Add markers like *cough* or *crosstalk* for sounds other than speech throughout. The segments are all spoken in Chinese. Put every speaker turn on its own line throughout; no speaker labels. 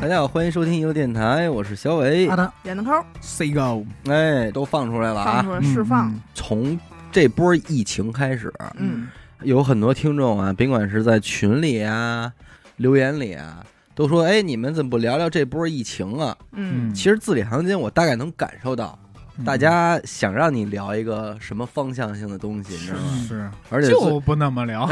大家好，欢迎收听娱乐电台，我是小伟
阿。达
点的抠，
C 高
哎，都放出来了
放
啊！
出来释放，
从这波疫情开始，啊
嗯，
有很多听众啊，甭管是在群里啊、留言里啊，都说：“哎，你们怎么不聊聊这波疫情啊？”
嗯
其实字里行间，我大概能感受到，大家想让你聊一个什么方向性的东西，你知道吗？
是
而且最
就不那么聊，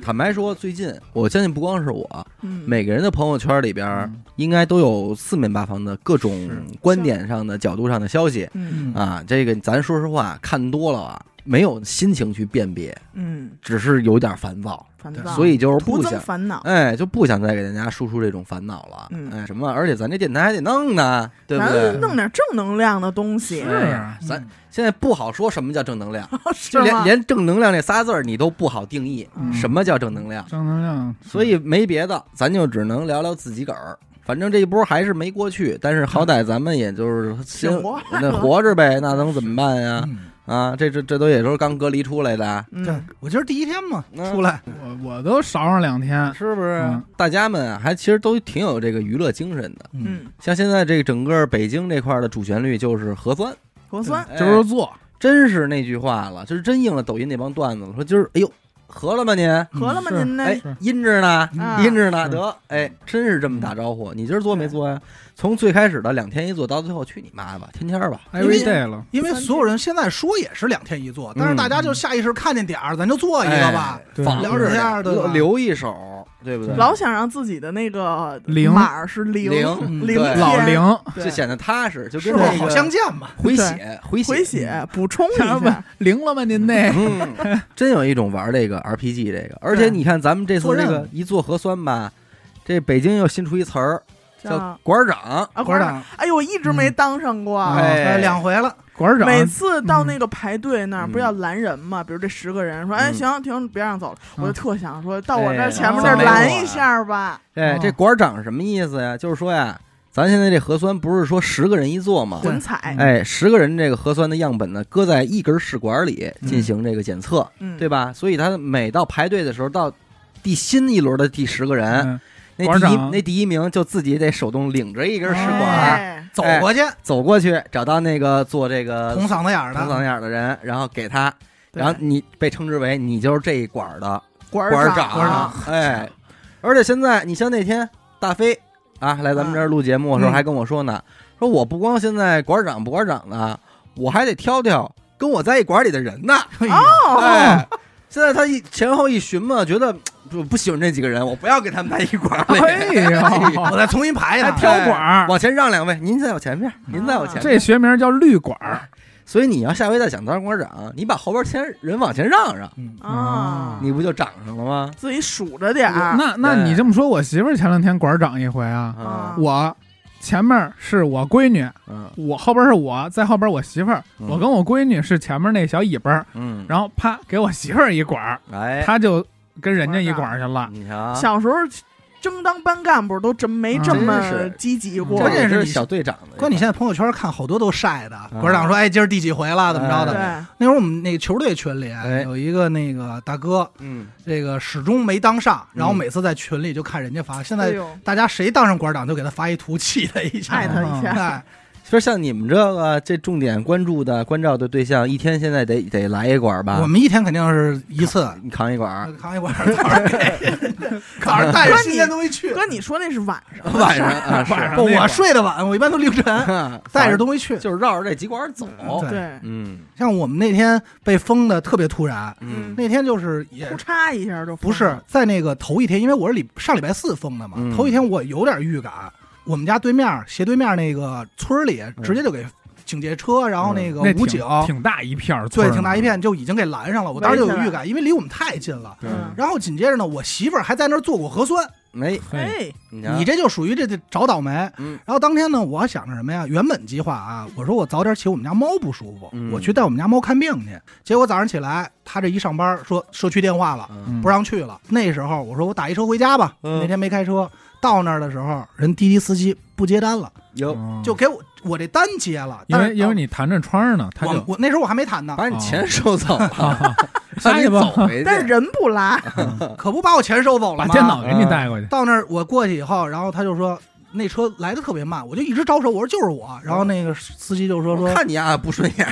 坦白说，最近我相信不光是我，
嗯，
每个人的朋友圈里边儿
嗯
应该都有四面八方的各种
是
观点上的、角度上的消息。
嗯
嗯
啊，这个咱说实话，看多了啊，没有心情去辨别，
嗯，
只是有点烦躁，
烦躁，
所以就是
徒
不
增
想，
烦恼。
哎，就不想再给大家输出这种烦恼了。
嗯
哎，什么？而且咱这电台还得弄呢，对不
咱
对？
弄点正能量的东西，
哎呀
是
咱现在不好说什么叫正能量，
*laughs* 是
就连
吗？
连正能量这仨字儿你都不好定义，
嗯
什么叫正能量？
*laughs* 正能量，
所以没别的，咱就只能聊聊自己个儿。反正这一波还是没过去，但是好歹咱们也就是先
挺嗯活
那活着呗，那能怎么办呀？
嗯
啊，这这这都也都是刚隔离出来的，啊
对
嗯，，
我今儿第一天嘛，
嗯
出来
我我都少上两天，
是不是
嗯
大家们啊，还其实都挺有这个娱乐精神的。
嗯，
嗯，
像现在这个整个北京这块儿的主旋律就是核酸，
核酸，
哎
这就是做，
真是那句话了，就是真应了抖音那帮段子了，说今儿哎呦合了吧您，
合了吗？
是
您那
哎
是
阴着呢。
啊
阴着呢，
是
得，哎，真是这么打招呼。你今儿做没做呀？从最开始的两天一做到最后，去你妈的吧，天天儿吧。
因为
every day 了，
因为所有人现在说也是两天一做，
嗯
但是大家就下意识看见点儿，咱就做一个吧。
对
仿
聊
着
着天
点
儿对吧
留一手，对不对？
老想让自己的那个
零
码儿是零
零嗯
零
对
天
老零，
对
就显得踏实，就跟
是
那
否
个
好相见嘛？
回血，回血，
回血补充一
然后问
下，
*laughs* 零了吗？您
*laughs*
那
嗯，真有一种玩这个 RPG 这个，而且你看咱们这次
做
这
任务
个一做核酸吧，这北京又新出一词儿叫
叫
“馆长
啊
馆
馆
长，
哎呦，我一直没当上过。
啊
嗯哎
哎两回了，
馆长
*laughs* 每次到那个排队那儿，
嗯
不是要拦人嘛？比如这十个人说：“哎，
嗯
行，停，别让走了。”
嗯
我就特想说到我这儿
哎
前面这儿
没
拦
我啊
一下吧。”。 *laughs*
哎
哦，
这“馆长”什么意思呀？就是说呀，咱现在这核酸不是说十个人一做吗？
混采，
哎，十个人这个核酸的样本呢，搁在一根试管里
嗯
进行这个检测，
嗯，
对吧？所以他每到排队的时候，到第新一轮的第十个人，
嗯
那
馆
第一
长
那第一名就自己得手动领着一根试管儿、
哎
走过去，
走过去，找到那个做这个
捅嗓子眼儿
同嗓
的
子眼儿的人，然后给他，
对
然后你被称之为你就是这一管儿的
馆
管儿
长，
长，哎，而且现在你像那天大飞啊来咱们这儿录节目的时候
嗯
还跟我说呢，说我不光现在管儿长不管儿长的，我还得挑挑跟我在一管儿里的人呢， *laughs*
哦，
哎，现在他一前后一寻嘛，觉得我不喜欢这几个人，我不要跟他们在一管儿里，
哎呦，
*laughs* 我再重新
哎
排一
还
趟。
挑管儿，
往前让两位，您在我前面，您在我前面，
啊这学名叫绿管儿，
所以你要下回再想当馆长，你把后边前人往前让让，
嗯，
啊，
你不就长上了吗？
自己数着点儿，
那那你这么说，我媳妇儿前两天馆长一回啊，
啊
我前面是我闺女，
嗯
我后边是我，在后边我媳妇儿，
嗯
我跟我闺女是前面那小尾巴儿，
嗯，
然后啪给我媳妇儿一管儿，
哎，
她就跟人家一管儿去了。
你瞧，啊
小时候争当班干部都真没这
真
么
是
积极过，
关键是
这
你
小队长的，
关键你现在朋友圈看好多都晒的，
嗯
馆长说：“哎，今儿第几回了？怎么着
在
对
的？”那会儿我们那个球队群里啊
哎
有一个那个大哥，
嗯，
这个始终没当上，然后
嗯
每次在群里就看人家发，现
哎
在
呦，
大家谁当上馆长就给他发一图，气他一下，
艾特一下，
哎，
说像你们这个这重点关注的关照的对象，一天现在得得来一管吧
我？们一天肯定是一次，
你扛一
啊
管，
扛一管儿，扛着
*laughs*
扛着带着新鲜东西去。
哥，你说那是晚上，
晚上啊
晚上
是
哎
那
不，
管
我
儿
睡得晚，我一般都凌晨， *laughs* 带着东西去。
就是绕着这几管走，
对
对，
嗯
像我们那天被封的特别突然，
嗯
那天就是
裤
也
嚓一下就
不
疯
是
了
在那个头一天，因为我是礼上礼拜四封的嘛
嗯，
头一天我有点预感，我们家对面斜对面那个村儿里直接就给警戒车，然后那个
嗯那
武
挺
警，
挺大一片儿嗯村儿
对，
呢，
挺大一片就已经给拦上了。我当时就有预感，因为离我们太近了。
嗯
然后紧接着呢，我媳妇儿还在那儿做过核酸，
哎，
嘿。
哎，
你瞧
你这就属于这这找倒霉。
嗯
然后当天呢，我想着什么呀？原本计划啊，我说我早点起，我们家猫不舒服，
嗯
我去带我们家猫看病去。结果早上起来，他这一上班说社区电话了，
嗯
不让去了。那时候我说我打一车回家吧，
嗯
那天没开车。到那儿的时候，人滴滴司机不接单了，
有
嗯
就给我我这单接了。
因
但是
为因为你弹着窗儿呢，他
我
就哎啊
我那时候我还没谈呢，
把你钱收走了，
下
让你
去吧
走回去。
但是人不拉，
*laughs* 可不把我钱收走了
把
吗？嗯
电脑给你带过去。
到那儿我过去以后，然后他就说那车来的特别慢，我就一直招手，我说就是我。然后那个司机就说
我
说
看你啊不顺眼，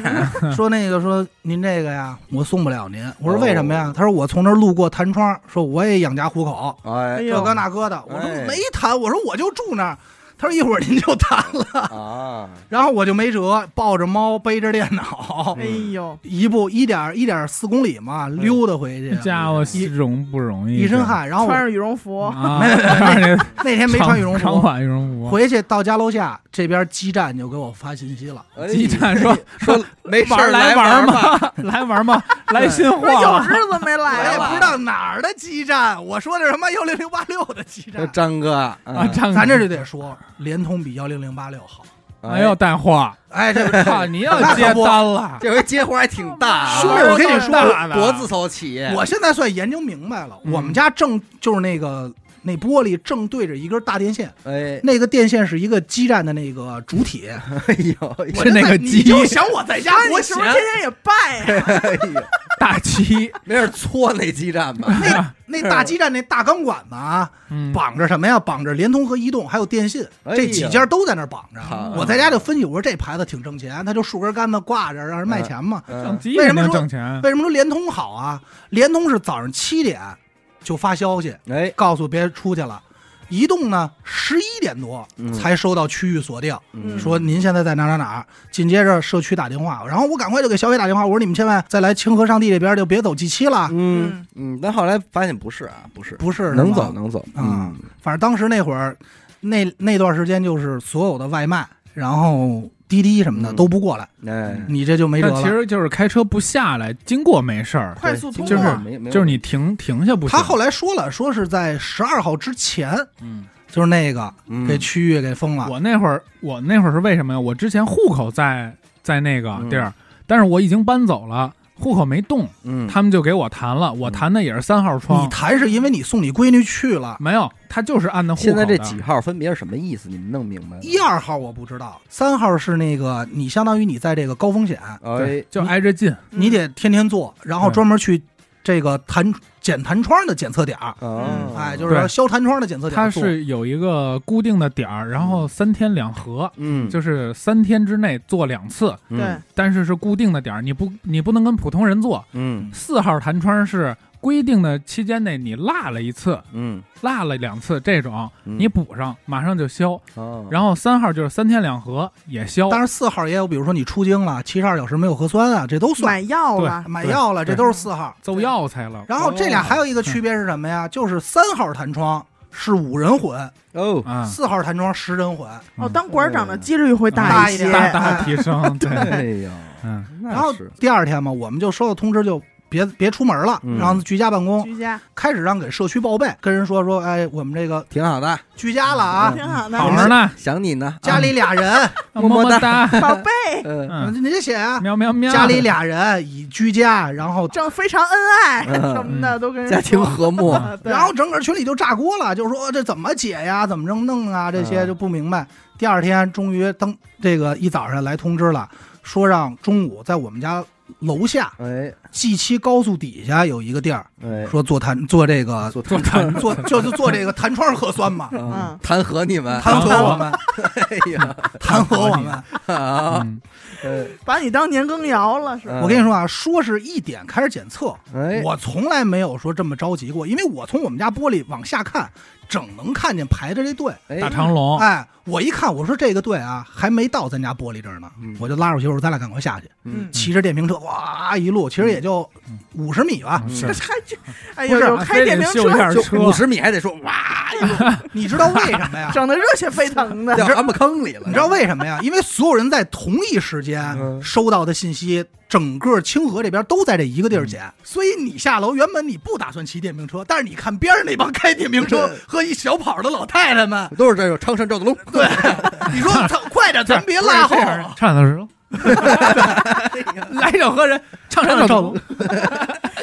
说那个说您这个呀，我送不了您。我说
哦
为什么呀？他说我从那儿路过弹窗，说我也养家糊口，
哎
呦
这个那个的。我说
哎
没弹，我说我就住那儿。他说一会儿您就弹了， *laughs*
啊，
然后我就没辙，抱着猫，背着电脑，
哎呦，
一步一点一点四公里嘛，溜达回
这
去，
家伙
一
容不容易？
哎一身汗。然后我
穿着羽绒服，
*laughs*
啊！看着
那天没穿羽绒
长
服，
款羽绒服。
回去到家楼下这边基站就给我发信息了，
哎
鸡蛋说
说
哎
没事
玩
儿
儿
玩
来玩
儿
儿
吧，
*laughs* 嘛，来玩儿
*laughs*
嘛，来新
说有
货。
日子没
我
来
也哎不
了，
知道哪儿的基站，我说的什么幺零零八六的基
说
站。
张哥啊，
啊，张
嗯咱这就得说，联通比幺零零八六好。
没有带货，
*laughs* 哎，
*laughs*
这
操！你要
那可
接
不
单了，
这回接活还挺大啊，
兄弟我跟你说
大的
国字头企业，
我现在算研究明白了，
嗯
我们家正就是那个那玻璃正对着一根大电线，
哎，
那个电线是一个基站的那个主体。
哎呦，哎
我
呦
是那个
就在
鸡
你就想我
*laughs*
在家
那
多啊
你是
闲
不。是天天也拜呀？
哎呦，
*laughs* 大七，
没事儿搓那基站吧，
那那大基站那大钢管子啊，
嗯，
绑着什么呀？绑着联通和移动，还有电信，
哎呀
这几家都在那儿绑着
好。
我在家就分析，我说这牌子挺挣钱，它就竖根杆子挂着，让人卖钱嘛。
挣
嗯
鸡
为什
肯
么
定
说
挣钱。
为什么说联通好啊？联通是早上七点就发消息，
哎，
告诉别出去了。移动呢，十一点多
嗯
才收到区域锁定，
嗯
说您现在在哪儿哪儿哪儿。紧接着社区打电话，然后我赶快就给小伟打电话，我说你们千万再来清河上地这边就别走 G 七了，
嗯嗯，但后来发现不是啊，不是，
不是
能
是
走
吧？
能嗯走
啊，反正当时那会儿，那那段时间就是所有的外卖，然后滴滴什么的
嗯
都不过来，
嗯哎，
你这就没辙
但其
了。
实就是开车不下来，经过没事儿，
快速通
就是
过，
没没有
就是你停停下不行。
他后来说了，说是在十二号之前，
嗯，
就是那个
嗯
给区域给封了。
我那会儿我那会儿是为什么呀？我之前户口在在那个
嗯
地儿，但是我已经搬走了，户口没动，
嗯，
他们就给我弹了，我弹的也是三号
嗯你
窗，
谈是因为你送你闺女去了，
没有，他就是按的户口
现
的。
在这几号分别是什么意思？你们弄明白吗？
一二号我不知道，三号是那个你相当于你在这个高风险，
哎
对，，就挨着近，
嗯
你得天天做，然后
对
专门去这个弹检弹窗的检测点儿，
哦，
哎，就是说
对
消弹窗的检测点
它
儿做。嗯
是有一个固定的点儿，然后三天两核，
嗯，
就是三天之内做两次，
对，
但是是固定的点儿，你不你不能跟普通人做。
嗯
四号弹窗是规定的期间内你落了一次，
嗯，
落了两次这种，
嗯
你补上马上就消。
哦，
然后三号就是三天两核也消，
嗯当然四号也有，比如说你出京了，七十二小时没有核酸啊，这都算
买药啊了，
买药了，这
对
都是四号
奏。药材了。
然后这俩还有一个区别是什么呀？就是三号弹窗是五人混，
哦，
啊，
四号弹窗十人混。
哦，
嗯
当馆长的
嗯
几率会
大
一
一
些
大
点，
大提
*laughs*
升，对，
哎呦，
嗯，
那
然后
是
第二天嘛，我们就收到通知，就别别出门了
嗯，
然后居家办公。
居家
开始让给社区报备，跟人说说，哎，我们这个
挺好的，
居家了啊，
挺好的，
好着呢，
想你呢，
家里俩人，
么
么
么
哒
哒，
*laughs* 宝贝
嗯
嗯，
你就写啊，
喵喵喵，
家里俩人已居家，然后
正非常恩爱
嗯
什么的，都跟人
家庭
说
和睦，
啊对
然后整个群里就炸锅了，就说、呃这怎么解呀，怎么弄弄啊，这些
嗯
就不明白。第二天终于登这个一早上来通知了，说让中午在我们家楼下
哎
G 七高速底下有一个地儿，
哎，
说做弹做这个
做
做
弹
弹
做就是做这个弹窗核酸嘛，
嗯
嗯
弹劾你们，
弹
弹
劾
我
我们，
哎呀，
*laughs* 弹劾我们。
啊，
嗯
哎
把你当年羹尧了是吧？
嗯
我跟你说啊，说是一点开始检测，
哎，
我从来没有说这么着急过，因为我从我们家玻璃往下看，整能看见排着这队。
哎
大长龙，
哎，我一看，我说这个队啊，还没到咱家玻璃这儿呢，
嗯
我就拉着我媳妇儿，咱俩赶快下去，
嗯
骑着电瓶车，哇一路，其实也就
嗯
五十米吧。
嗯
*laughs*
这还这，哎
不
呦，
是啊
有开电瓶
非得秀一
车
下
就
车
五十米还得说哇，
你知道为
*laughs*
什么呀？
整的热血沸腾的，
掉俺们坑里了，
你知道为什么呀？因为所有人在同一时
嗯
间收到的信息，整个清河这边都在这一个地
嗯
儿捡，所以你下楼原本你不打算骑电瓶车，但是你看边上那帮开电瓶车和一小跑的老太太们，
哎都是这种苍山赵子龙，对，
你说操快点，咱别拉后
差点说 *laughs* 来一首何人唱山
唱
赵
赵
龙，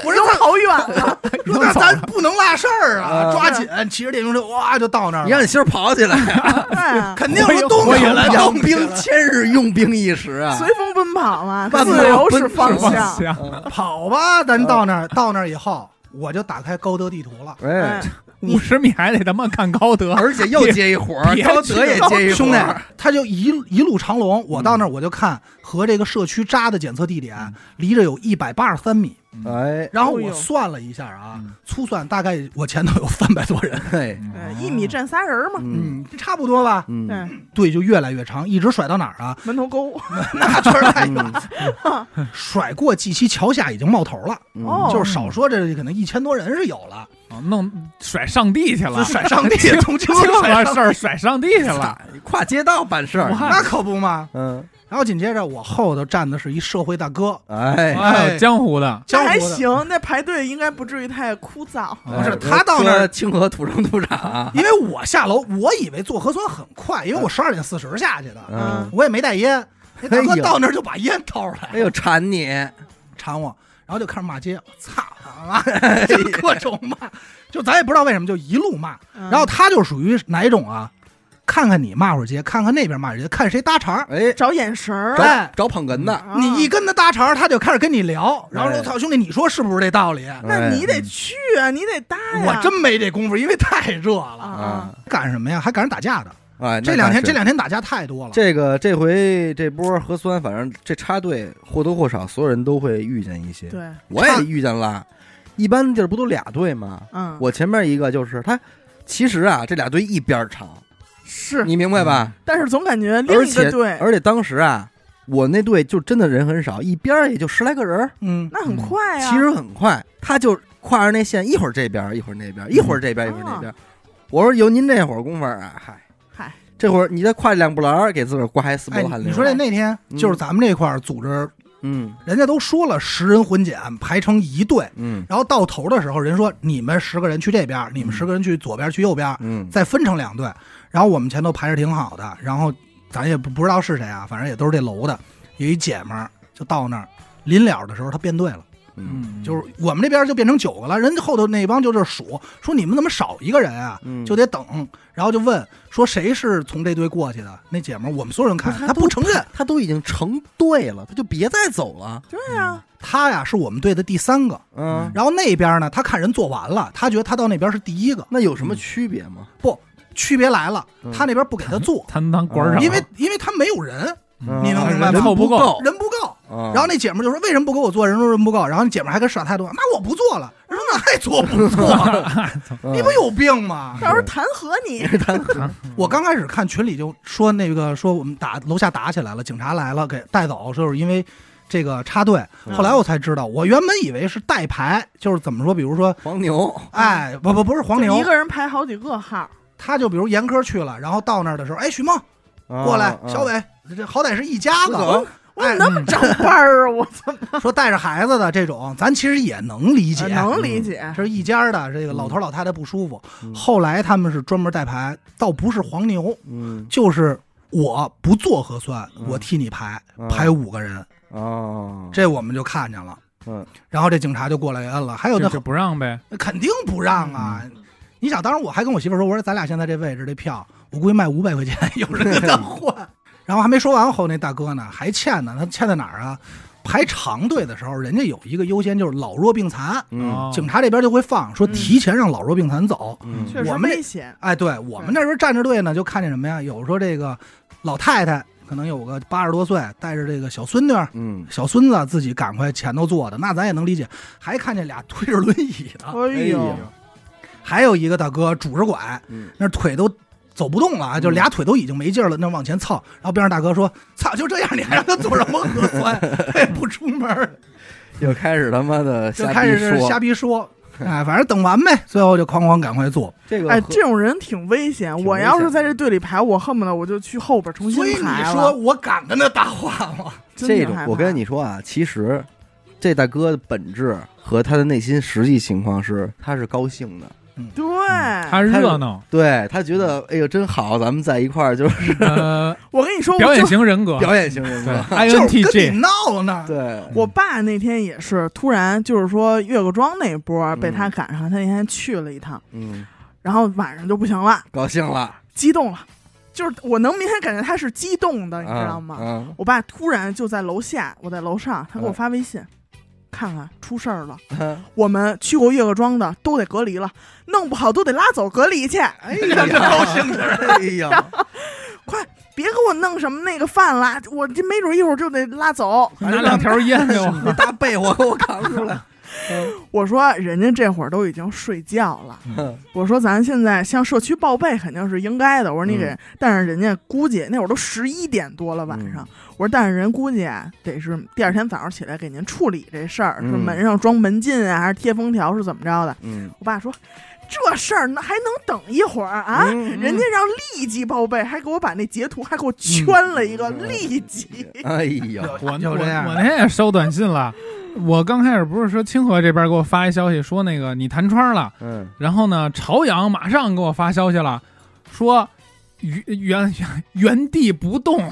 我说跑远了， *laughs*
说那咱不能落事儿啊，
啊
抓紧，骑着电瓶车哇就到那儿了，
你让你媳妇儿跑起来，
对，
肯定是动起来，
养
动起来
兵 *laughs* 千日，用兵一时啊！
随风奔跑嘛，
啊
慢
自由是方
慢
向。
跑吧，咱
嗯
到那儿，到那儿以后我就打开高德地图了。
哎
哎，，
五十米还得他妈看高德，
而且又接一活儿，*laughs*
别
高德也接一
兄
活
弟
儿，，嗯
他就一一路长龙，我到那儿我就看和这个社区扎的检测地点离着有一百八十三米，
哎
然
哎
后我
呦
算了一下啊
嗯，
粗算大概我前头有三百多人，
嘿，
哎一米站仨人嘛，
嗯
嗯，差不多吧。
嗯，
对，
队就越来越长，一直甩到哪
*laughs*
儿啊？
*laughs* 门头沟。
那圈儿太远
嗯
甩过蓟溪桥下已经冒头了，
嗯
哦
就是少说这可能一千多人是有了，
哦弄甩上帝去
就
了，
甩上
*laughs*
帝，从清
*laughs*
清
河
河
甩上
事儿甩上帝去了，
跨街道办事儿，
哇
*laughs* 那可不嘛。
嗯，
然后紧接着我后头站的是一社会大哥，
哎，
哎呦，江湖的，
江
那还
湖的，
行，那排队应该不至于太枯燥。
不是
哎
他到那儿
说清河土生土长啊，
因为我下楼，我以为做核酸很快，因为我十二点四十下去的，
嗯，
我也没
*laughs*
带烟。那大
哎
哥
呦
到那儿就把烟掏出来，
哎呦，馋你，
馋我，然后就开始骂街，操他妈，
*laughs*
就各种骂，就咱也不知道为什么，就一路骂。
嗯
然
然后他就属于哪一种啊？看看你骂会儿街，看看那边骂会儿街，看谁搭茬儿。
哎，
找眼神儿，
找
哎
找捧哏的，
啊
你一跟他搭茬儿，他就开始跟你聊，然后
哎
说：“操兄弟，你说是不是这道理？”
那你
哎
得去啊，你得搭呀。
我真没这功夫，因为太热 *laughs*
啊
了。
啊，
赶上什么呀？还赶上打架的。
哎，
这
那
两
那
天
是
这两天打架太多了。
这个这回这波核酸，反正这插队或多或少，所有人都会遇见一些。
对，
我也遇见了，一般地儿不都俩队吗？
嗯，
我前面一个就是他，其实啊，这俩队一边儿长，
是，
你明白吧？
但是总感觉另
而
一
且
个队
而且当时啊，我那队就真的人很少，一边儿也就十来个人儿，
嗯，
那很快哎啊呀。
其实很快，他就跨着那线，一会儿这边儿，一会儿那边儿，一会儿这边儿，一会儿那边儿。我说有您这会儿功夫啊，嗨
嗯嗨，
这会儿你再跨两步栏儿，给自个儿刮一丝
哎
波汗，流。
你说这那天
嗯
就是咱们这块儿组织，
嗯
人家都说了十人混剪排成一队，
嗯
然后到头的时候，人说你们十个人去这边，你们十个人去左边去右边，
嗯，
再分成两队。然后我们前头排着挺好的，然后咱也不不知道是谁啊，反正也都是这楼的。有一姐们儿就到那儿，临了的时候她变队了，
嗯
就是我们这边就变成九个了，人家后头那帮就是数说你们怎么少一个人啊？
嗯，
就得等，然后就问说谁是从这队过去的？那姐们儿，我们所有人看
不是
她不承认，
他都已经成队了，他就别再走了。
对啊呀，
她呀是我们队的第三个。
嗯，
然后那边呢，她看人做完了，她觉得她到那边是第一个，
那有什么区别吗？
区别来了
嗯，
她那边不给她做，
他们当官长，
因为因为她没有人，
嗯
你能明白吗
人凑不够，嗯
人不够。
然
然后那姐们儿就说为什么不给我做？人说人不够。然后那姐们儿还跟耍态度，那我不做了。人说那还做 *laughs*
*laughs*
不做？
嗯
你不有病吗？
到时候弹劾你。
他
我刚开始看群里就说那个说我们打楼下打起来了，警察来了给带走，就是因为这个插队。
嗯
后来我才知道，我原本以为是带牌，就是怎么说，比如说，
黄牛，
哎，不不不是黄
嗯就
牛
一，个人排好几个号，
他就比如严科去了，然后到那儿的时候，哎，许梦
啊
嗯
过来，小
伟
伟，这好歹是一家子哎
死狗。
我
嗯
*laughs* 怎么那么长班儿啊？我操，
说带着孩子的这种，咱其实也能理解，
呃啊能理解。
这是一家的，这个老头老太太不舒服。
嗯
后来他们是专门带牌，倒不是黄牛，
嗯
就是我不做核酸，
嗯
我替你排，
嗯
排五个人，
哦，
这我们就看见了。
嗯，
然后这警察就过来给摁了，还有
就
那
就不让呗，
肯定不让啊！
嗯
你想，当时我还跟我媳妇说，我说咱俩现在这位置这票，我估计卖五百块钱， *laughs* 有人跟
*laughs*
他换。然后还没说完，后那大哥呢还欠呢，他欠在哪儿啊？排长队的时候，人家有一个优先就是老弱病残，
嗯
哦
警察这边就会放说
嗯
提前让老弱病残走。
嗯，
确
我
实
们那
危险。
哎，对我们那时候站着队呢，就看见什么呀？有说这个老太太可能有个八十多岁，带着这个小孙女儿、
嗯，
小孙子自己赶快前头坐的，那咱也能理解。还看见俩推着轮椅的，
哎呦，
还有一个大哥拄着拐，
嗯
那腿都走不动了啊，就俩腿都已经没劲儿了，那往前蹭。然后边上大哥说：“操，就这样，你还让他做什么核酸？他也不出门儿，
又开始他妈的
就
瞎
开
逼
始
说，
瞎逼说。”哎，反正等完呗，最后就哐哐赶快做。
这个
哎，
和
这种人挺危险。
挺
我
危
要
险
是在这队里排，我恨不得我就去后边重新
所以
排
你
了。
说我敢跟他搭话吗？
真
这
挺
种
害，
我
怕
跟你说啊，其实这大哥的本质和他的内心实际情况是，他是高兴的，
对
嗯他热
*laughs*
闹，
对他觉得，哎呦真好，咱们在一块儿就是
呃，
我跟你说，
表
我
演
就
型
*laughs*
人格，
表演型人
对
格，
就是跟你 *laughs*
，INTJ，
闹呢。
对，
我爸那天也是突然就是说
嗯
岳各庄那波被他赶上，他那天去了一趟，
嗯，
然后晚上就不行了，
高兴了，
激动了，就是我能明显感觉他是激动的，你知道
啊
吗？
吗？
我爸突然就在楼下，我在楼上，他给我
嗯
发微信，看看出事儿了，
嗯，
我们去过岳各庄的都得隔离了，弄不好都得拉走隔离去，
哎呀，这高兴的，哎
*laughs*
呀，
别给我弄什么那个饭啦，我这没准一会儿就得拉走。
拿两条烟给我，
你大被窝给我扛出来，
我说人家这会儿都已经睡觉了，
*laughs* 嗯
我说咱现在向社区报备肯定是应该的。我说你给，
嗯
但是人家估计那会儿都十一点多了晚上，我说但是人估计啊得是第二天早上起来给您处理这事儿，
嗯
是门上装门禁啊，还是贴封条，是怎么着的？
嗯
我爸说这事儿那还能等一会儿啊。
嗯
人家让立即报备，还给我把那截图，还给我圈 *laughs* 了一个
嗯
立即。
*laughs*
*laughs*
哎呀，
我
就
啊我
这样
我那天也收短信了，我刚开始不是说清河这边给我发一消息说那个你弹窗了， *laughs*
嗯，
然后呢朝阳马上给我发消息了，说原原原原地不动，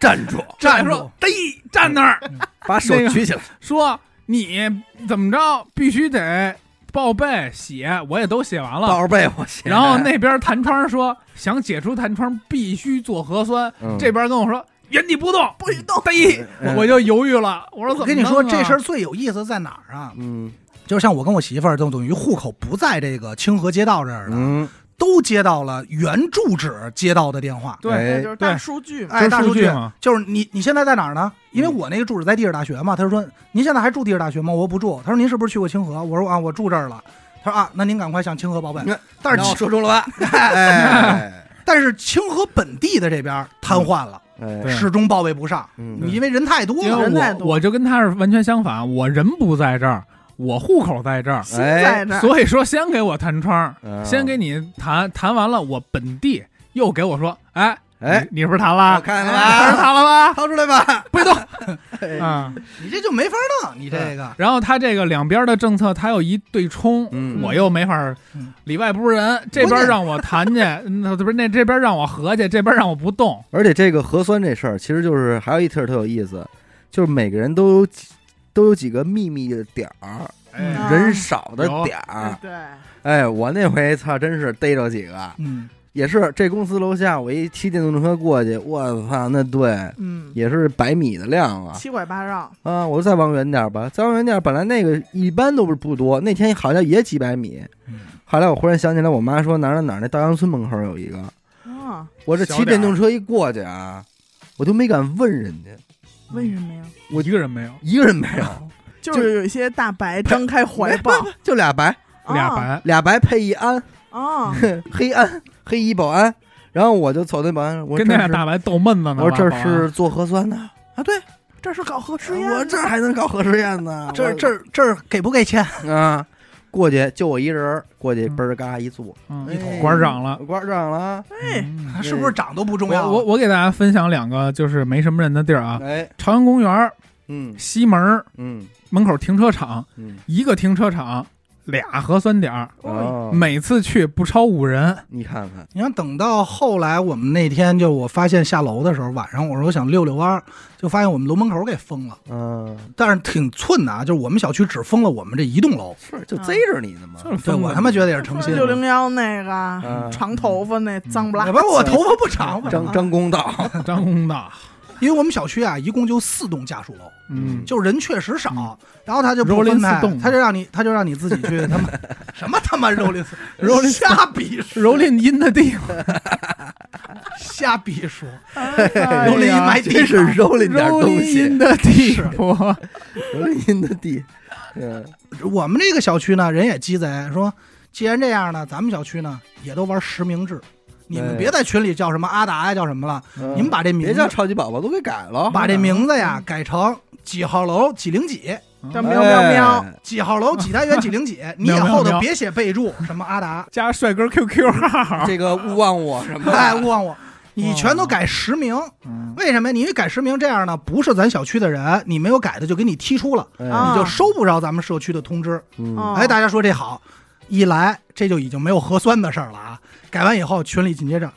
站住，
站住
说得站那儿，
*laughs*
把手举起来，
说你怎么着必须得报备写，我也都写完了。
抱着被窝写，
啊然后那边弹窗说想解除弹窗必须做核酸，
*laughs* 嗯
这边跟我说原地不动，
不许动，
得
*laughs*
一
嗯
*laughs* 我就犹豫了，我说怎么
我跟你说，
弄啊
这事儿最有意思在哪儿啊？
嗯
就像我跟我媳妇儿，就等于户口不在这个清河街道这儿的，
嗯，
都接到了原住址接到的电话。
对
哎
这就是大
对
数据嘛。
哎，大
这是数
数据
据吗
就是你，你现在在哪儿呢？因为我那个住址在地质大学嘛。他就说您现在还住地质大学吗？我说不住。他说您是不是去过清河？我说啊，我住这儿了。他说啊，那您赶快向清河报备
嗯。
但
然后
是
说中了吧？嗯
*laughs*
哎，
但是清河本地的这边儿瘫痪了，
哎
对
始终报备不上，
嗯
因为人太多
因
了。
为
人太
我
多
我就跟他是完全相反，我人不在这儿，我户口在这儿，
心在这儿，
所以说先给我弹窗，
嗯
先给你弹弹完了，我本地又给我说，哎
哎，
你你是不是弹
我
了？哎
看了
你是
吧，
弹了吧？
掏出来吧，
不许动
哎
啊！
你这就没法弄，你这个
然后他这个两边的政策，他有一对冲，
嗯
我又没法儿
嗯
里外不是人，这边让我弹去，那不是那这边让我合去，这边让我不动，
而且这个核酸这事儿，其实就是还有一特儿特有意思，就是每个人都有几都有几个秘密的点儿，
哎
啊，
人少的点
哎
儿。
对，
哎，我那回操，真是逮着几个，
嗯，
也是这公司楼下，我一骑电动车过去，我操，那对
嗯，
也是百米的量啊
七拐八绕，
啊！我说再往远点儿吧，再往远点儿，本来那个一般都不是不多，那天好像也几百米
嗯。
后来我忽然想起来，我妈说哪儿哪儿哪儿那稻香村门口有一个，
啊，
我这骑电动车一过去啊，我都没敢问人家，
为什么呀？
我一个人没有，
一个人没
*laughs*
有，
就是有一些大白张开怀抱，
就俩白，
啊
俩白，
俩白配一安， *laughs*
啊，
黑安黑衣保安。然后我就瞅那保安，我
跟
说这
那俩
是
大白逗闷子呢。
我说这
把保安
是做核酸的啊，对，
这是搞核试验，
我这还能搞核实验呢，
*laughs* 这
我
这这给不给钱？
啊，过去就我一人儿，过去
嗯
嘣儿嘎一坐，
嗯
哎
馆长了，
馆长了，啊
哎，
嗯
他是不是长都不重要？
我我我给大家分享两个就是没什么人的地儿啊，
哎，
朝阳公园
嗯
西门
嗯
门口停车场，
嗯，
一个停车场俩核酸点儿，
哦
哦，
每次去不超五人，
你看看，
你看，等到后来我们那天就我发现下楼的时候，晚上我说我想溜溜弯儿，就发现我们楼门口给封了，
嗯，
但是挺寸的啊，就是我们小区只封了我们这一栋楼。
是就
啊
贼着你呢嘛，
就是
对
疯
我
了
他妈觉得也是诚
*laughs*
心
六，零幺那
嗯
个长头发那脏不拉
嗯哎要不然我头发不长吧？
张张公 *laughs* 道，
张公道，
因为我们小区啊，一共就四栋家属楼，
嗯，
就人确实少
嗯，
然后他就不分
Rolling
派
Stone，
他就让你他就让你自己
*laughs*
去他妈什么他妈蹂躏
Rolling
瞎比
蹂躏阴的地方，
瞎比说，
哎
蹂躏阴
呀
埋地
真是
上。
蹂躏点
蹂
东
躏阴
西，
的地
*laughs*
方，
蹂躏您的地，嗯
我们这个小区呢，人也鸡贼，说既然这样呢，咱们小区呢也都玩实名制，你们
对
别在群里叫什么阿达呀，叫什么了，
嗯
你们把这名
别叫
字
超级宝宝都给改了，哎嗯
把这名字呀改成几号楼几零几，
喵喵喵
哎，
几号楼几单元几
*laughs*
零几，你
喵
以
喵
后头
喵
别写备注什么
*laughs*
阿达，
加帅哥 QQ 号，
哎这个勿忘我什么的，
哎，勿忘我，你全都改实名。
嗯
为什么呀？你一改实名这样呢？不是咱小区的人，你没有改的就给你踢出了，
哎
啊
你就收不着咱们社区的通知。
嗯
哦
哎，大家说这好，一来这就已经没有核酸的事儿了啊。改完以后，群里紧接着。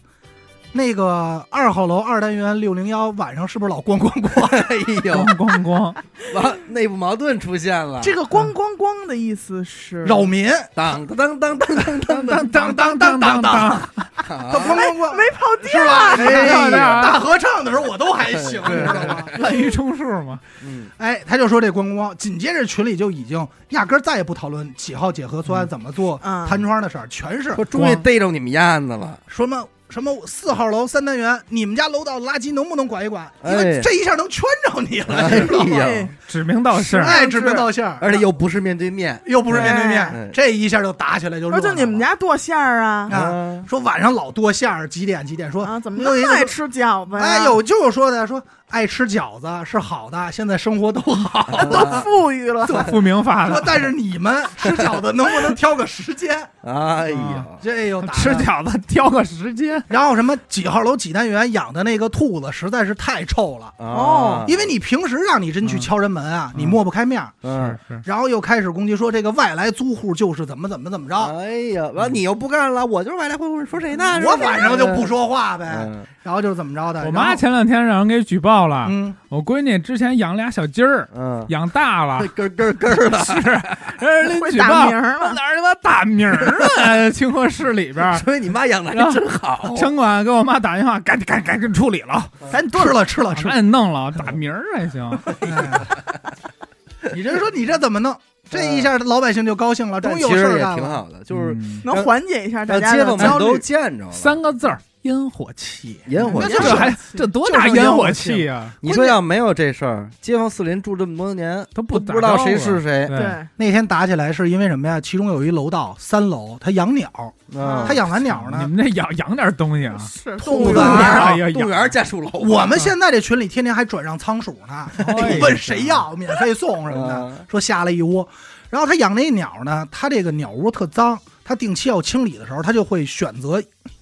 那个二号楼二单元六零幺晚上是不是老咣咣咣？
哎呦
咣，咣咣，
完内部矛盾出现了，
这个“咣咣咣”的意思是
扰民，
当当当当当当当
当当当当当，哎咣
当，
咣咣，
没跑啊调
是吧？
哎呀
大合唱的时候我都还行，你
对
知道吗？
滥竽充数嘛，
嗯，
哎，他就说这咣咣咣，紧接着群里就已经压根儿再也不讨论几号解核酸、
嗯
怎么做
嗯
弹窗的事儿，全是
说终于逮着你们鸭子了，
什么什么四号楼三单元，你们家楼道垃圾能不能管一管？
哎
因为这一下能圈着你了，
哎
你知道吗？
呀，
指名道姓。
哎，指名道姓儿，
而且又不是面对面，
又不是面对面
哎，
这一下就打起来就
说
热闹
就
了。
你们家剁馅儿啊
啊
说晚上老多馅儿，几点几点说
啊，怎么
有一
那
个
么爱吃饺子呀？
哎，有就有说的说爱吃饺子是好的，现在生活都
啊
好。
*laughs*
多富裕了，
不明发
说
的，
但是你们吃饺子能不能挑个时间？
哎呀，
这又打
吃
了。
饺子挑个时间，
然后什么几号楼几单元养的那个兔子实在是太臭了，
啊
哦因为你平时让你真去
嗯
敲人门啊，
嗯
你抹不开面儿。
嗯，
是
然后又开始攻击说这个外来租户就是怎么怎么怎么着，
哎呀，完你又不干了，我就是外来户，你说谁呢？
我晚上就不说话呗，
嗯
然后就是怎么着的。
我
然
妈
后
前两天让人给举报了，
嗯，
我闺女之前养俩小鸡儿，
嗯，
养大了
这，根儿根儿根儿了，
是让人
会
举
打
报，
名儿了。
哪儿他妈打名儿啊？清河市里边
啊
儿，
所以你妈养的还真好，
城管给我妈打电话，赶紧赶紧赶紧处理了，
咱吃了吃了吃
赶
了。
紧弄了，打名儿还行。
哎你这说你这怎么弄？这一下老百姓就高兴了，
嗯但
终于
其
有事
实
儿
也
干
挺
了。
好的，就是
嗯
能缓解一下大
让
家
呃街
的
坊
焦
们都
虑，
见着了。
三个字儿，烟火气。
烟火
那
气
就，
这
是
还这多大烟火气啊！
你说要没有这事儿，街坊四邻住这么多年，
都
不
不
知道谁是谁。
对，
对，
那天打起来是因为什么呀？其中有一楼道三楼，他养鸟，
嗯
他养完鸟
你
呢，
们这养养点东西啊！
*laughs* 是
兔
动物
子
园
啊
儿
哎呀，
动物园
养
家属楼，
我们现在这群里天天还转让仓鼠呢，
哎
问谁要免费送什么的，
嗯
说下了一窝。然后他养那鸟呢，他这个鸟窝特脏，他定期要清理的时候，他就会选择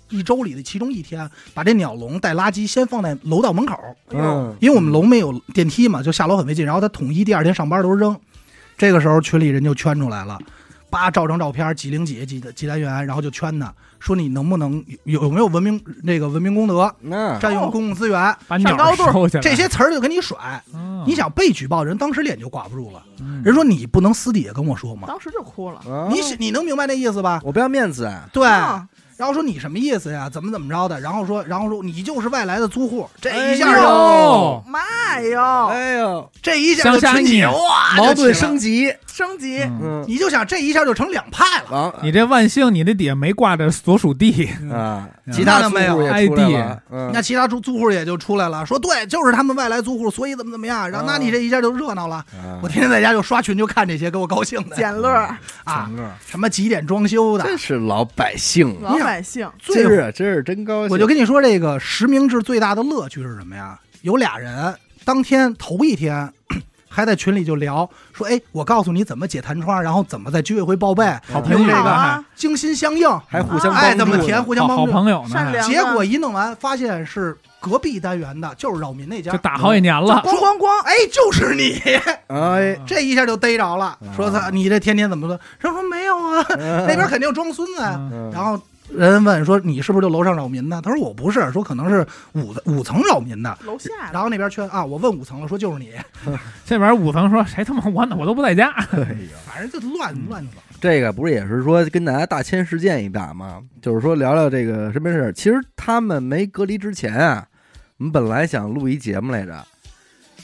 一周里的其中一天，把这鸟笼带垃圾先放在楼道门口，
嗯，
因为我们楼没有电梯嘛，就下楼很费劲。然后他统一第二天上班都扔。这个时候群里人就圈出来了，叭照张照片，几零几几的几单元，然后就圈他，说你能不能有有没有文明那个文明功德，
那
占用公共资源，
把鸟
上高度
收起来。
这些词儿就给你甩。
嗯，
你想被举报人，当时脸就挂不住了。
嗯
人说你不能私底下跟我说吗？
当时就哭了。
啊
你想你能明白那意思吧？
*laughs* 我不要面子啊，
对。
啊
然后说你什么意思呀？怎么怎么着的？然后说，然后说你就是外来的租户，
嗯
这一
哎
下
呦
就
哦，
妈哟，
哎呦，
这一下
乡
就
下
群起
你
哇，
矛盾
啊就起来了
升级，
升级
嗯
嗯，
你就想这一下就成两派了。
王
你这万幸，你这底下没挂着所属地，
啊，
嗯
其他
那
租
没有
户也出来了，嗯
那其他租租户也就出来了，说对，就是他们外来租户，所以怎么怎么样。
哦
然后那你这一下就热闹了。
啊
我天天在家就刷群，就看这些，给我高兴的
捡乐儿，
啊，
个
什么几点装修的，
真嗯是老百姓啊，
老百姓
真
最
是真是真高兴，
我就跟你说，这个实名制最大的乐趣是什么呀？有俩人当天头一天还在群里就聊，说哎，我告诉你怎么解弹窗，然后怎么在居委会报备，
好
朋友
用这
好
个
啊，
精心相应，
嗯还互相
哎，
帮助
怎么
呢
填，互相
好
帮助。
朋友
善
呢，
良
结果一弄完，发现是隔壁单元的，就是扰民那家
就。打好几年了。
咣咣咣，
哎，就是你，
哎，
这一下就逮着了
啊，
说他你这天天怎么了？他说没有啊，那
那
边肯定装孙子呀。
嗯
然后人问说你是不是就楼上扰民的？他说我不是，说可能是五五层扰民的。
楼下的
然后那边圈啊，我问五层了，说就是你，
这玩意儿武藤说谁他妈我我都不在家，
反正就乱乱走。
这个不是也是说跟大家大千世界一打吗？就是说聊聊这个身边事儿。其实他们没隔离之前啊，我们本来想录一节目来着，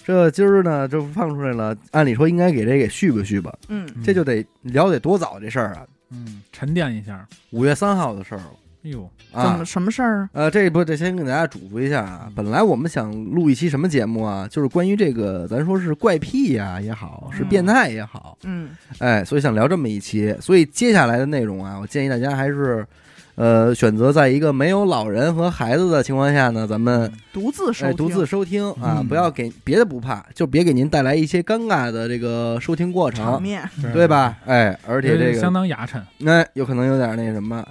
这今儿呢这放出来了，按理说应该给这给续吧续吧，
嗯，
这就得聊得多早这事儿啊，
嗯沉淀一下。
五月三号的事儿了
哎呦，
怎么嗯
啊。
什么事儿啊？
呃，这不，这先给大家嘱咐一下啊。本来我们想录一期什么节目啊？就是关于这个，咱说是怪癖呀、也好，是变态也好，
嗯，
哎，所以想聊这么一期，所以接下来的内容啊，我建议大家还是，呃，选择在一个没有老人和孩子的情况下呢，咱们
独自收
哎
听，
独自收听啊，
嗯
不要给别的不怕，就别给您带来一些尴尬的这个收听过
场
程，
面，
对？吧？哎，而且这
相
个
当牙碜。
哎，有可能有点那什么。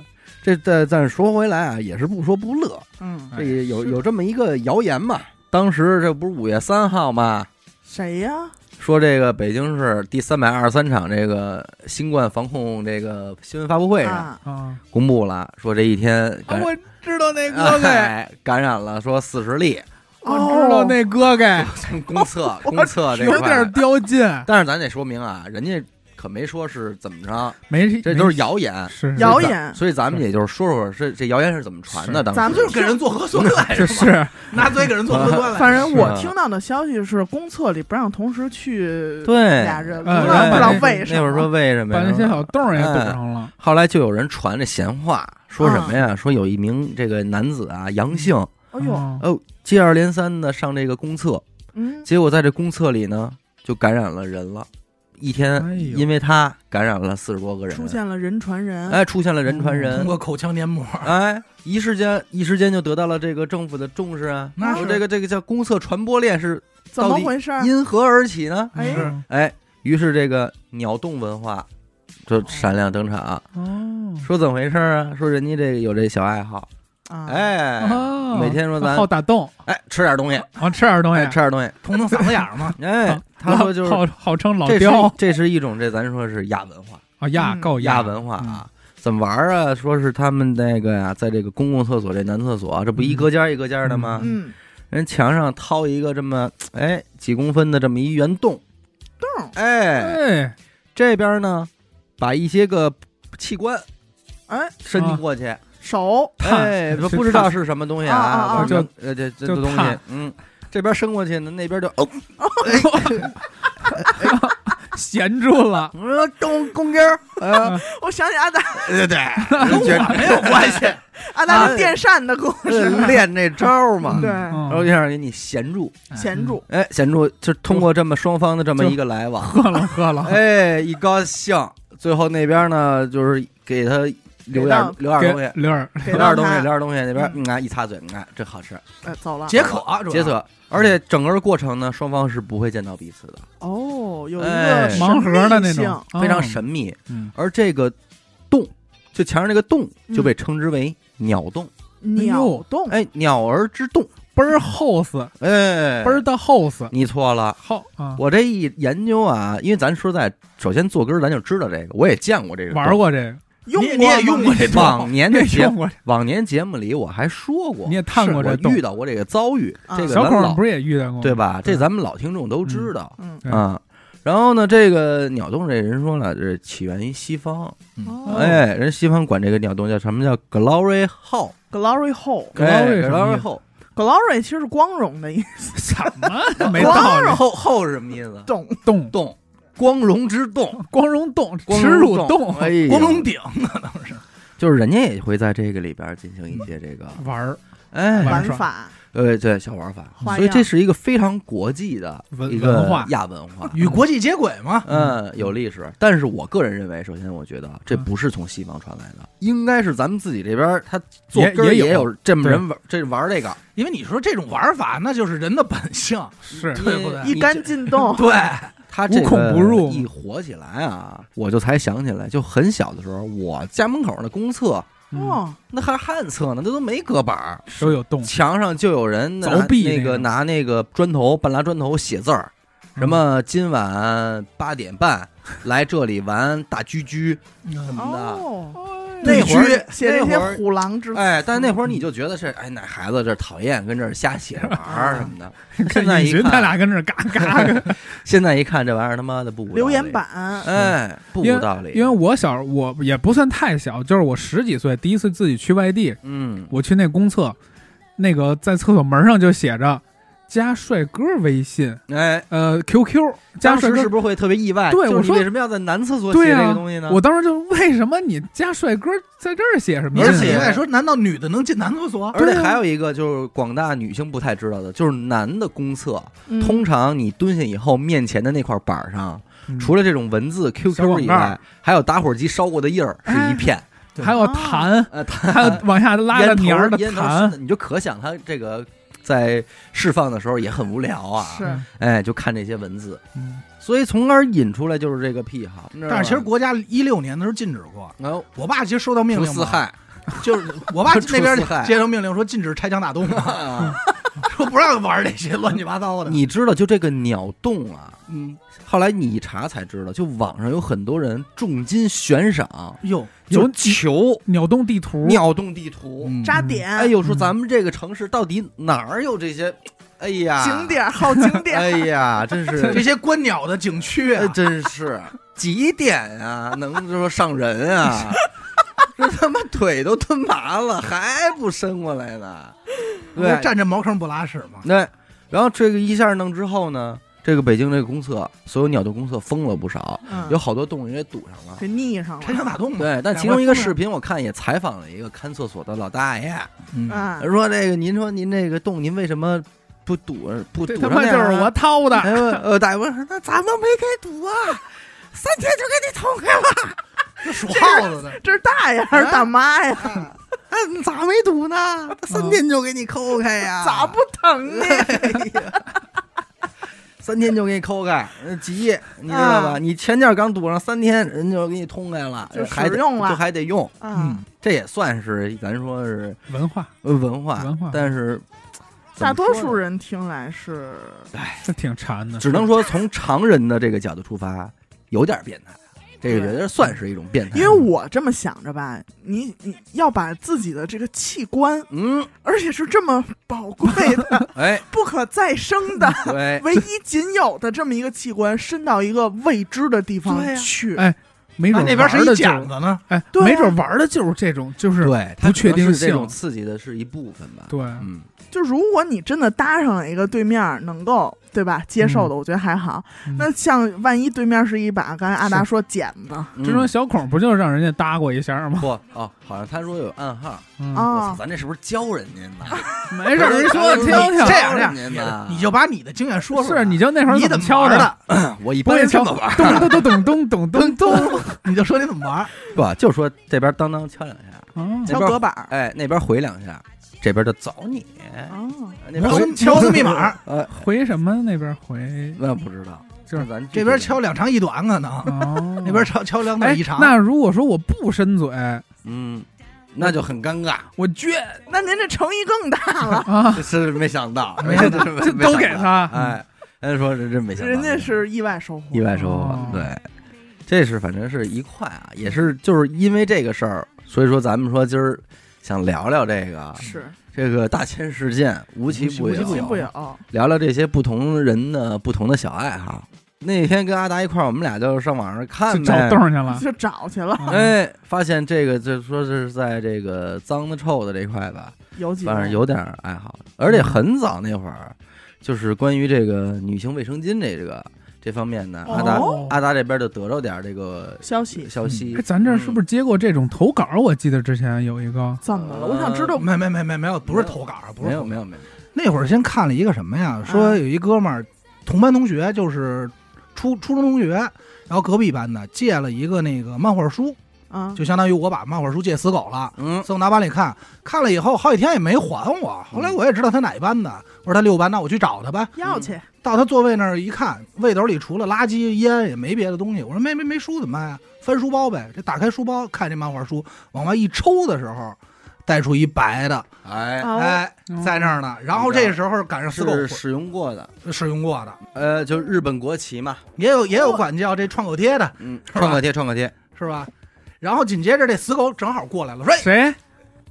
这但但说回来啊，也是不说不乐，
嗯，
哎
这也有
是
有这么一个谣言嘛。当时这不是五月三号嘛，
谁呀？
说这个北京市第三百二十三场这个新冠防控这个新闻发布会上
啊，
啊，
公布了，说这一天
哎
感
哎我知道那哥
*laughs*
哥，
哎感染了，说四十例，
哦
我知道那哥哥
公
*laughs*
测公测这
有
块
点
儿，
刁劲，
但是咱得说明啊，人家可没说是怎么着，
没
这都是谣言。
是
所
谣
以咱
言
所以咱们也就是说说这这谣言是怎么传的。
是
当时
咱们就是
给人做核酸来
这
是吗？
是
拿嘴给人做核酸 *laughs* 来。
反正
是
我
啊
听到的消息是，公厕里不让同时去
对
俩人，不
呃
知
然
道
后
不知
把
道
那
为什么。
那会儿说为什么
把
呀？
那些小洞儿也堵
嗯
上了，
后来就有人传这闲话，说什么
啊
呀？说有一名这个男子啊，阳性，
哎呦，
嗯
哦，接二连三的上这个公厕，
嗯，
结果在这公厕里呢，就感染了人了。一
嗯
天，
哎呦，
因为他感染了四十多个人，
出现了人传人，
哎，出现了人
嗯
传
通
人，
过口腔黏膜，
哎，一时间一时间就得到了这个政府的重视啊。
嗯
那
说
是
这个这个叫公厕传播链是
怎么
到底
回事儿？
因何而起呢？
哎
是
嗯
哎，于是这个鸟洞文化就闪亮登场，啊
哦
说怎么回事儿啊？说人家这个有这小爱好，
啊，，
哎，
哦
每天说咱
好打洞，
哎吃点东西，
好吃点东
哎
西
吃，点东西，
通通嗓子眼儿 *laughs* 嘛。
哎，他说就是
号号称老
这
刁
是这是一种这咱说是亚文化，
啊亚
嗯
够
亚
的，
文化啊。怎么玩儿啊？说是他们那个呀、在这个公共厕所这男厕所啊，这不一隔间儿一隔间儿的吗？
嗯，
人墙上掏一个这么哎几公分的这么一圆洞，
洞，
哎，
哎
这边儿呢把一些个器官
哎，
伸进
啊
过去，
手，
烫
*laughs* 哎，
是
不知道是什么东西
啊啊啊
啊，
就
呃这这
就
东西
烫，
嗯，这边伸过去呢，那边就哦，
闲住了，
呃公公鸡 *laughs* 儿，呃，
我想起阿达
对对，
跟我没有关系，
阿达
啊
的电扇的故事，
*laughs* 练这招儿嘛，
对
然后
嗯
就想给你闲住，
闲住，
哎，显著就是通过这么双方的这么一个来往， *laughs*
喝了喝了，
哎，一高兴，最后那边呢就是给他留
给
点
到
留点
给
东西，
刘儿
给
留点
到
东西，
他
留点东西，那边嗯啊一擦嘴，嗯啊这好吃，
哎，走了，
解渴主
解
要
渴。嗯而且整个过程呢，双方是不会见到彼此的，
哦，有一
哎
个神秘
*laughs* 盲盒的那
性
种，
非常
哦
神秘。
嗯
而这个洞，就墙上这个洞就被称之为鸟洞，
鸟
哦
洞，
哎，鸟儿之洞，
倍儿 house，
哎，
倍儿的 house，
你错了。
好啊，
我这一研究啊，因为咱说在，首先坐根儿咱就知道这个，我也见过这个洞，哎
玩过这个，
用过
你你也
吗
用过这洞
往年的
没
节
用过这
往年节目里我还说过，
你也探过这
是
洞
我遇到过这个遭遇，
啊
这个
小
咱
孔
老
不是也遇到过吗？
对吧？
对
这咱们老听众都知道
嗯，
嗯
啊。然后呢，这个鸟洞这人说了，这起源于西方，
嗯
哦
哎，人西方管这个鸟洞叫什么叫 glory hole，
，glory hole。
Glory
哎
什么意
glory
思
hole，
Glory 其实是光荣的一
*laughs*
什
*laughs*
么啊没道理？
后后是什么意思？
种，
洞
洞，光荣之洞，
光荣洞，
光
耻辱
荣
洞，
哎呦，
光荣顶，
就是人家也会在这个里边进行一些这个，
玩儿
哎，
玩
玩耍
法，
呃，对，小玩法，
花样
所以这是一个非常国际的
文
一个
文化
亚文化，
与国际接轨嘛。
嗯，有历史。但是我个人认为，首先我觉得啊这
嗯
不是从西方传来的，应该是咱们自己这边儿他做
也
根儿
也有
也有这么人玩这玩这个，
因为你说这种玩法，那就是人的本性，
是
你
对不对
你
一杆进洞，
*laughs*
对，
他这个
无孔不入
一火起来啊，我就才想起来，就很小的时候，我家门口那公厕。
嗯
哦，
那还是旱厕呢，那都没隔板儿，
都有洞，
墙上就有人拿
凿壁
那个
那个
拿那个砖头半拉砖头写字儿，什
嗯
么今晚八点半来这里玩大狙狙，
嗯
么的
哦，
那会儿
写这
那
些
会儿
虎狼之词，
哎，但那会儿你就觉得是哎，哪孩子这讨厌，跟这儿瞎写着玩儿什么
*laughs*
的。现在
允
一
许他
看，
俩跟这儿嘎
*laughs*
嘎的。
现在一看这玩意儿他妈的不无道理
留言，板，
哎，不无道理。
因为我小，我也不算太小，就是我十几岁第一次自己去外地，
嗯，
我去那公厕，那个在厕所门上就写着加帅哥微信，
哎，
呃 QQ 加
当
帅
时
哥
是。不是会特别意外？
对
就是
我
你
说
为什么要在男厕所
对
写
啊
这个东西呢？
我当时就为什么你加帅哥在这儿写什么呀？
而
而且
且现在说，难道女的能进男厕所？
而且
对啊
还有一个就是广大女性不太知道的，就是男的公厕，
嗯
通常你蹲下以后，面前的那块板上，
嗯
除了这种文字
小
QQ
广
以
告
外，还有打火机烧过的印儿是一片，
对
还有痰，
呃，
还有往下拉着
烟
黏儿
头
的
烟头伸
痰
的，，你就可想他这个在释放的时候也很无聊啊，
是
哎，就看这些文字，
嗯
所以从而引出来就是这个癖好。你知道吗
但是其实国家一六年的时候禁止过。
然后
我爸其实收到命
除
令
四
*laughs*
嘛，
害，
就是我爸
除四
那边
害
接到命令说禁止拆墙打洞嘛，
啊
说不让玩这些乱七八糟的。
你知道，就这个鸟洞啊，
嗯，
后来你一查才知道，就网上有很多人重金悬赏，
哟，
有
有求
鸟洞地图，
鸟洞地图。
嗯
扎点、
哎呦，说咱们这个城市到底哪儿有这些？哎呀，
景点儿好景
*laughs*
点儿，
哎呀，真
*laughs* 这
是，
些观鸟的景区啊
哎，真是几点啊？能说上人啊？这他妈腿都蹲麻了，还不伸过来呢？
不
对
是，站着茅坑不拉屎吗？
那然后这个一下弄之后呢，这个北京这个公厕，所有鸟洞公厕封了不少，
嗯
有好多动物园也堵上了。
给腻上
拆墙
了。
打洞
*laughs*
嘛。
对，但
两啊
其中
块
一个
风
视频我看也采访了一个看厕所的老大爷，
嗯
啊，
说这个您说您这个洞您为什么不堵不堵
这
上
他妈就
点儿
是
啊
我掏的。
哎呦，呃，大夫说那咱们没给堵啊，三天就给你捅开了。
这属耗子的，
这是大爷还是大妈呀？
嗯，咋没堵呢？三天就给你抠开呀、
哦
哎
咋
*laughs*
不疼呢？
三天就给你抠开？呃急，你知道吧？
啊
你前脚刚堵上，三天人就给你通开了，
就
还得
使用了
就还得用。
啊，
这也算是咱说是
文化，
呃文化，
文化
但是怎
大
么
多
说
数
呢
人听来是
哎这挺馋
*laughs*
的。
只能说从常人的这个角度出发，有点变态。这个
对
觉得算是一种变态，
因为我这么想着吧，你你要把自己的这个器官，
嗯，
而且是这么宝贵的、
*laughs* 哎，
不可再生的、
对，
唯一仅有的这么一个器官，伸到一个未知的地方
对呀
去，
哎没
那
准
啊那边是
玩
一
的就
剪子
*laughs*
呢。
哎，
对啊
没准玩的就是这种，就是
对，它
不确
可能
定
是这
性
种刺激的是一部分吧。
对
嗯，
就如果你真的搭上了一个对面能够对吧接受的，我觉得还好。
嗯
那像万一对面是一把刚才阿
是
达说剪子
就说小孔不就是让人家搭过一下吗？
不嗯哦，好像他说有暗号，
嗯，
我操，
啊，
咱这是不是教人家 *laughs* 呢？
没事儿，您
啊
说我听听。
这样这样
您呢，
你就把你的经验说出来。啊
是，你就那会儿
你
么
怎
敲
玩
的？
的？
我一
不
般
会
人这
敲
么玩，
咚咚咚咚咚咚咚咚。
你就说你怎么玩。
不就说这边当当敲两下，
啊
那
敲
边
隔板儿
哎那边回两下，这边就走你，
啊，
那边回
敲死密码，
呃，
回什么？那边
*laughs*
回
那不知道，
就是
咱
这边敲，两长一短可能，
哦，哎
那边敲敲两短一长。
那如果说我不伸嘴，啊
嗯，那就很尴尬，
我撅
那您这诚意更大
*laughs*
了。
啊，
这是没想到，
没
这
想
这
这都给他
哎，人家说这真没想到，
人家是意外收获，
意外收获
哦，
对，这是反正是一块啊，也是就是因为这个事儿，所以说咱们说今儿想聊聊这个
是
这个大千世界无奇不
无奇
有，
无
不
奇不有。
聊聊这些不同人的不同的小爱好。那天跟阿达一块儿，我们俩就上网上看
就
呗
找洞去
*laughs*
了。
就找去了，
啊，
哎，发现这个就说是在这个脏的臭的这块吧，
有几个
反正有点爱好，而且很早那会儿，就是关于这个女性卫生巾这个这方面呢，阿达
哦
阿达这边就得着点儿这个
消息，
消息
哎，。咱这儿是不是接过这种投稿？我记得之前有一个，
怎么
呃
了？我想知道
没没没没没有，不是投稿，啊不是
嗯没有
投稿
没有没有，
那会儿先看了一个什么呀？说有一哥们儿，同班同学，就是初初中同学，然后隔壁班的借了一个那个漫画书，
呃
啊，
就相当于我把漫画书借死狗了。
嗯，
送拿班里看，看了以后好几天也没还我。后来我也知道他哪一班的，我说他六班，那我去找他吧。
要去
到他座位那儿一看，位斗里除了垃圾烟也没别的东西。我说没没没书怎么办呀？翻书包呗。这打开书包看这漫画书，往外一抽的时候，带出一白的，
哎，
啊，
哎，在那儿呢。然后这时候赶上死狗
是使用过的，
使用过的，
呃，就日本国旗嘛，
也有也有管叫这创口贴的，
嗯，
吧
创可贴，创可贴，
是吧？然后紧接着这死狗正好过来了，说
啊
哎
谁？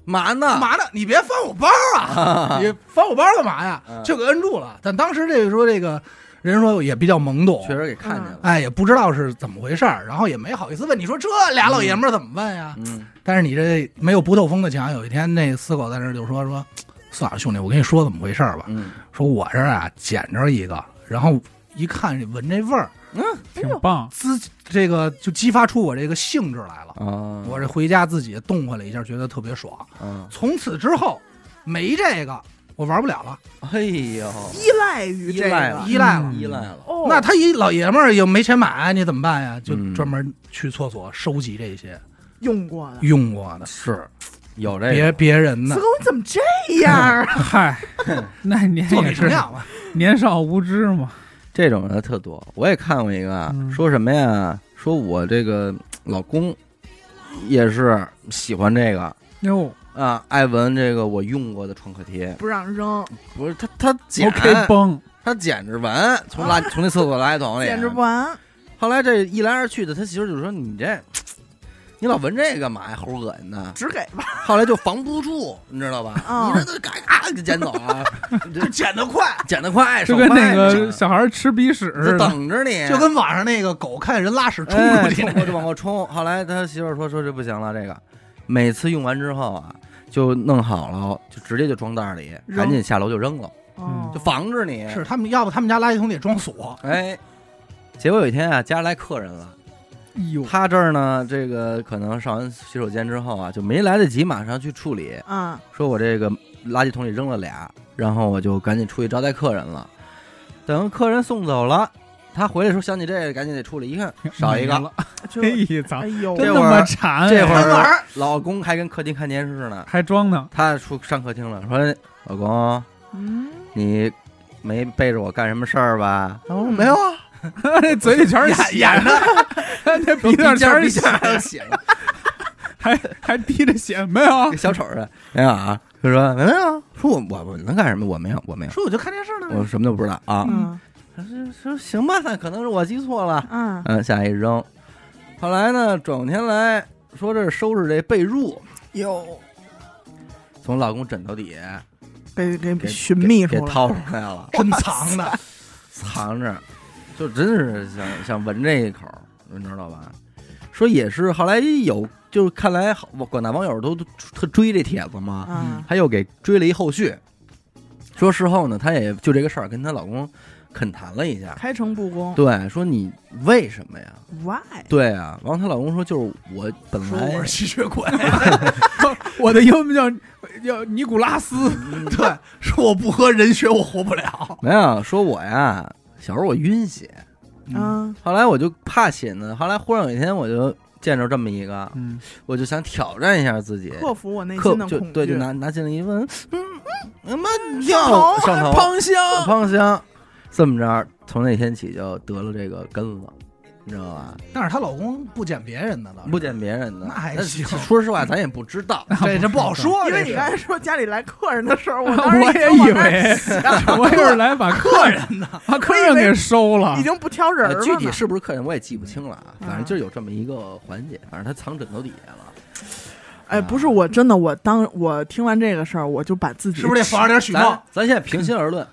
嘛
干
呢？
嘛呢？你别翻我包啊！你翻我包干嘛呀
嗯？
就给摁住了。但当时这个说这个人说也比较懵懂，
确实给看见了，
哎，也不知道是怎么回事儿，然后也没好意思问。你说这俩老爷们儿怎么问呀？
嗯，
但是你这没有不透风的墙。有一天那死狗在那儿就说说，算了，兄弟，我跟你说怎么回事儿吧。
嗯，
说我这儿啊捡着一个，然后一看这闻这味儿，
哎
挺棒，
滋，这个就激发出我这个兴致来了。
啊，
我这回家自己动换了一下，觉得特别爽。
啊，
从此之后，没这个我玩不了了，
哎呦，
依赖于这
依赖了
个，
依赖了。
嗯
依赖了，
哦，
那他一老爷们儿又没钱买，你怎么办呀？就
嗯
专门去厕所收集这些
用过
嗯
的。
用过的，
是有这
别
个，
别人
子
的
宫你怎么这
*laughs*
样 *laughs* 啊？
哎嗨，那你
做
也
给什
是
么样吧？
年少无知嘛。
这种的特多。我也看过一个啊，
嗯
说什么呀？说我这个老公也是喜欢这个，
哟，
啊，艾文这个我用过的创可贴，
不让扔，
不是他他捡
，OK 崩，
他捡着完，从
*laughs*
垃从那厕所垃圾桶里
捡着不完，
后来这一来二去的，他媳妇就说你这。你老闻这个干嘛呀？齁恶心的！
只给吧。
后来就防不住，你知道吧？
哦
嗯
你这都嘎嘎就捡走
*laughs*
了，
就捡得快，
捡得快，
就
哎手
跟那
快
个
你知道
小孩吃鼻屎
吗就
似的，
等着你，
*laughs*
啊
就跟网上那个狗看人拉屎 *laughs* 冲出
哎
去
冲
那
我就往后冲。后来他媳妇儿说说这不行了，这个每次用完之后啊，就弄好了，就直接就装袋里，
扔
赶紧下楼就扔了，
哦
嗯就防着你。
个，是他们要不他们家垃圾桶里装锁，
哎，结果有一天啊，家来客人了，
哎呦，
他这儿呢，这个可能上完洗手间之后啊，就没来得及马上去处理，
啊，
说我这个垃圾桶里扔了俩，然后我就赶紧出去招待客人了。等客人送走了，他回来的时候想起这个，赶紧得处理，一看少一个
没了，
就
嘿，操
哎，呦，
真
这
他
会
妈
儿
馋，啊
这会
贪玩
儿 *laughs*
儿
老公还跟客厅看电视呢，
还装呢， *laughs*
他出上客厅了，说：“老公，
嗯，
你没背着我干什么事儿吧？”他说：“
嗯
没有啊，
那嘴里全是血，
演
的， *laughs* 那鼻子上全是
鼻
血，
尖还有血呢，
还还滴着血，没有啊
跟？小丑似的， *laughs* 没有啊。”他说：“没有啊，说我我我能干什么？我没有，我没有，
*laughs* 说我就看电视
我
呢，
什么都不知道啊。
嗯
他说：“说行吧，那可能是我记错了。”
啊，
嗯，下一扔。后来呢，转过天来说这是收拾这被褥，
哟，
从老公枕头底下
给给
给
寻觅
给
出来，
掏出来了，
珍藏的，
藏着，就真是想想闻这一口，你知道吧？说也是，后来有就是看来好广大网友都特追这帖子嘛，
啊，
他又给追了一后续。说事后呢，她也就这个事儿跟她老公恳谈了一下，
开诚布公
对，说你为什么呀？
，why？
对啊，然后她老公说就是我本
说
来
我是吸血鬼，
哎
我的英文名叫叫尼古拉斯，
*laughs* 对，说我不喝人血我活不了，
没有说我呀，小时候我晕血，
嗯，
后来我就怕血呢，后来忽然有一天我就见着这么一个，
嗯，
我就想挑战一下自己，
克服我内
克
心的
就
恐
对，就
惧，
拿拿进来一问，嗯嗯，妈跳上
*laughs*
头
芳香，
胖香，这么着，从那天起就得了这个根了，你知道吧？
但是她老公不捡别人的了，
不见别人的，
那还
但
行
说实话，咱也不知
*laughs*
道，
这这不好说，啊
因为你
这是
刚才说家里来客人的时 *laughs* 候，我当时
我也
已经
以
往那儿
为我就是来把客人
人呢，
把客人给收了
已，经不挑人
呃
了呢，
具体是不是客人我也记不清了啊，反
啊
正就是有这么一个环节，反正他藏枕头底下了。啊
哎，不是，我真的，我当我听完这个事儿，我就把自己
是不是得防着点许
咱
梦？
咱现在平心而论，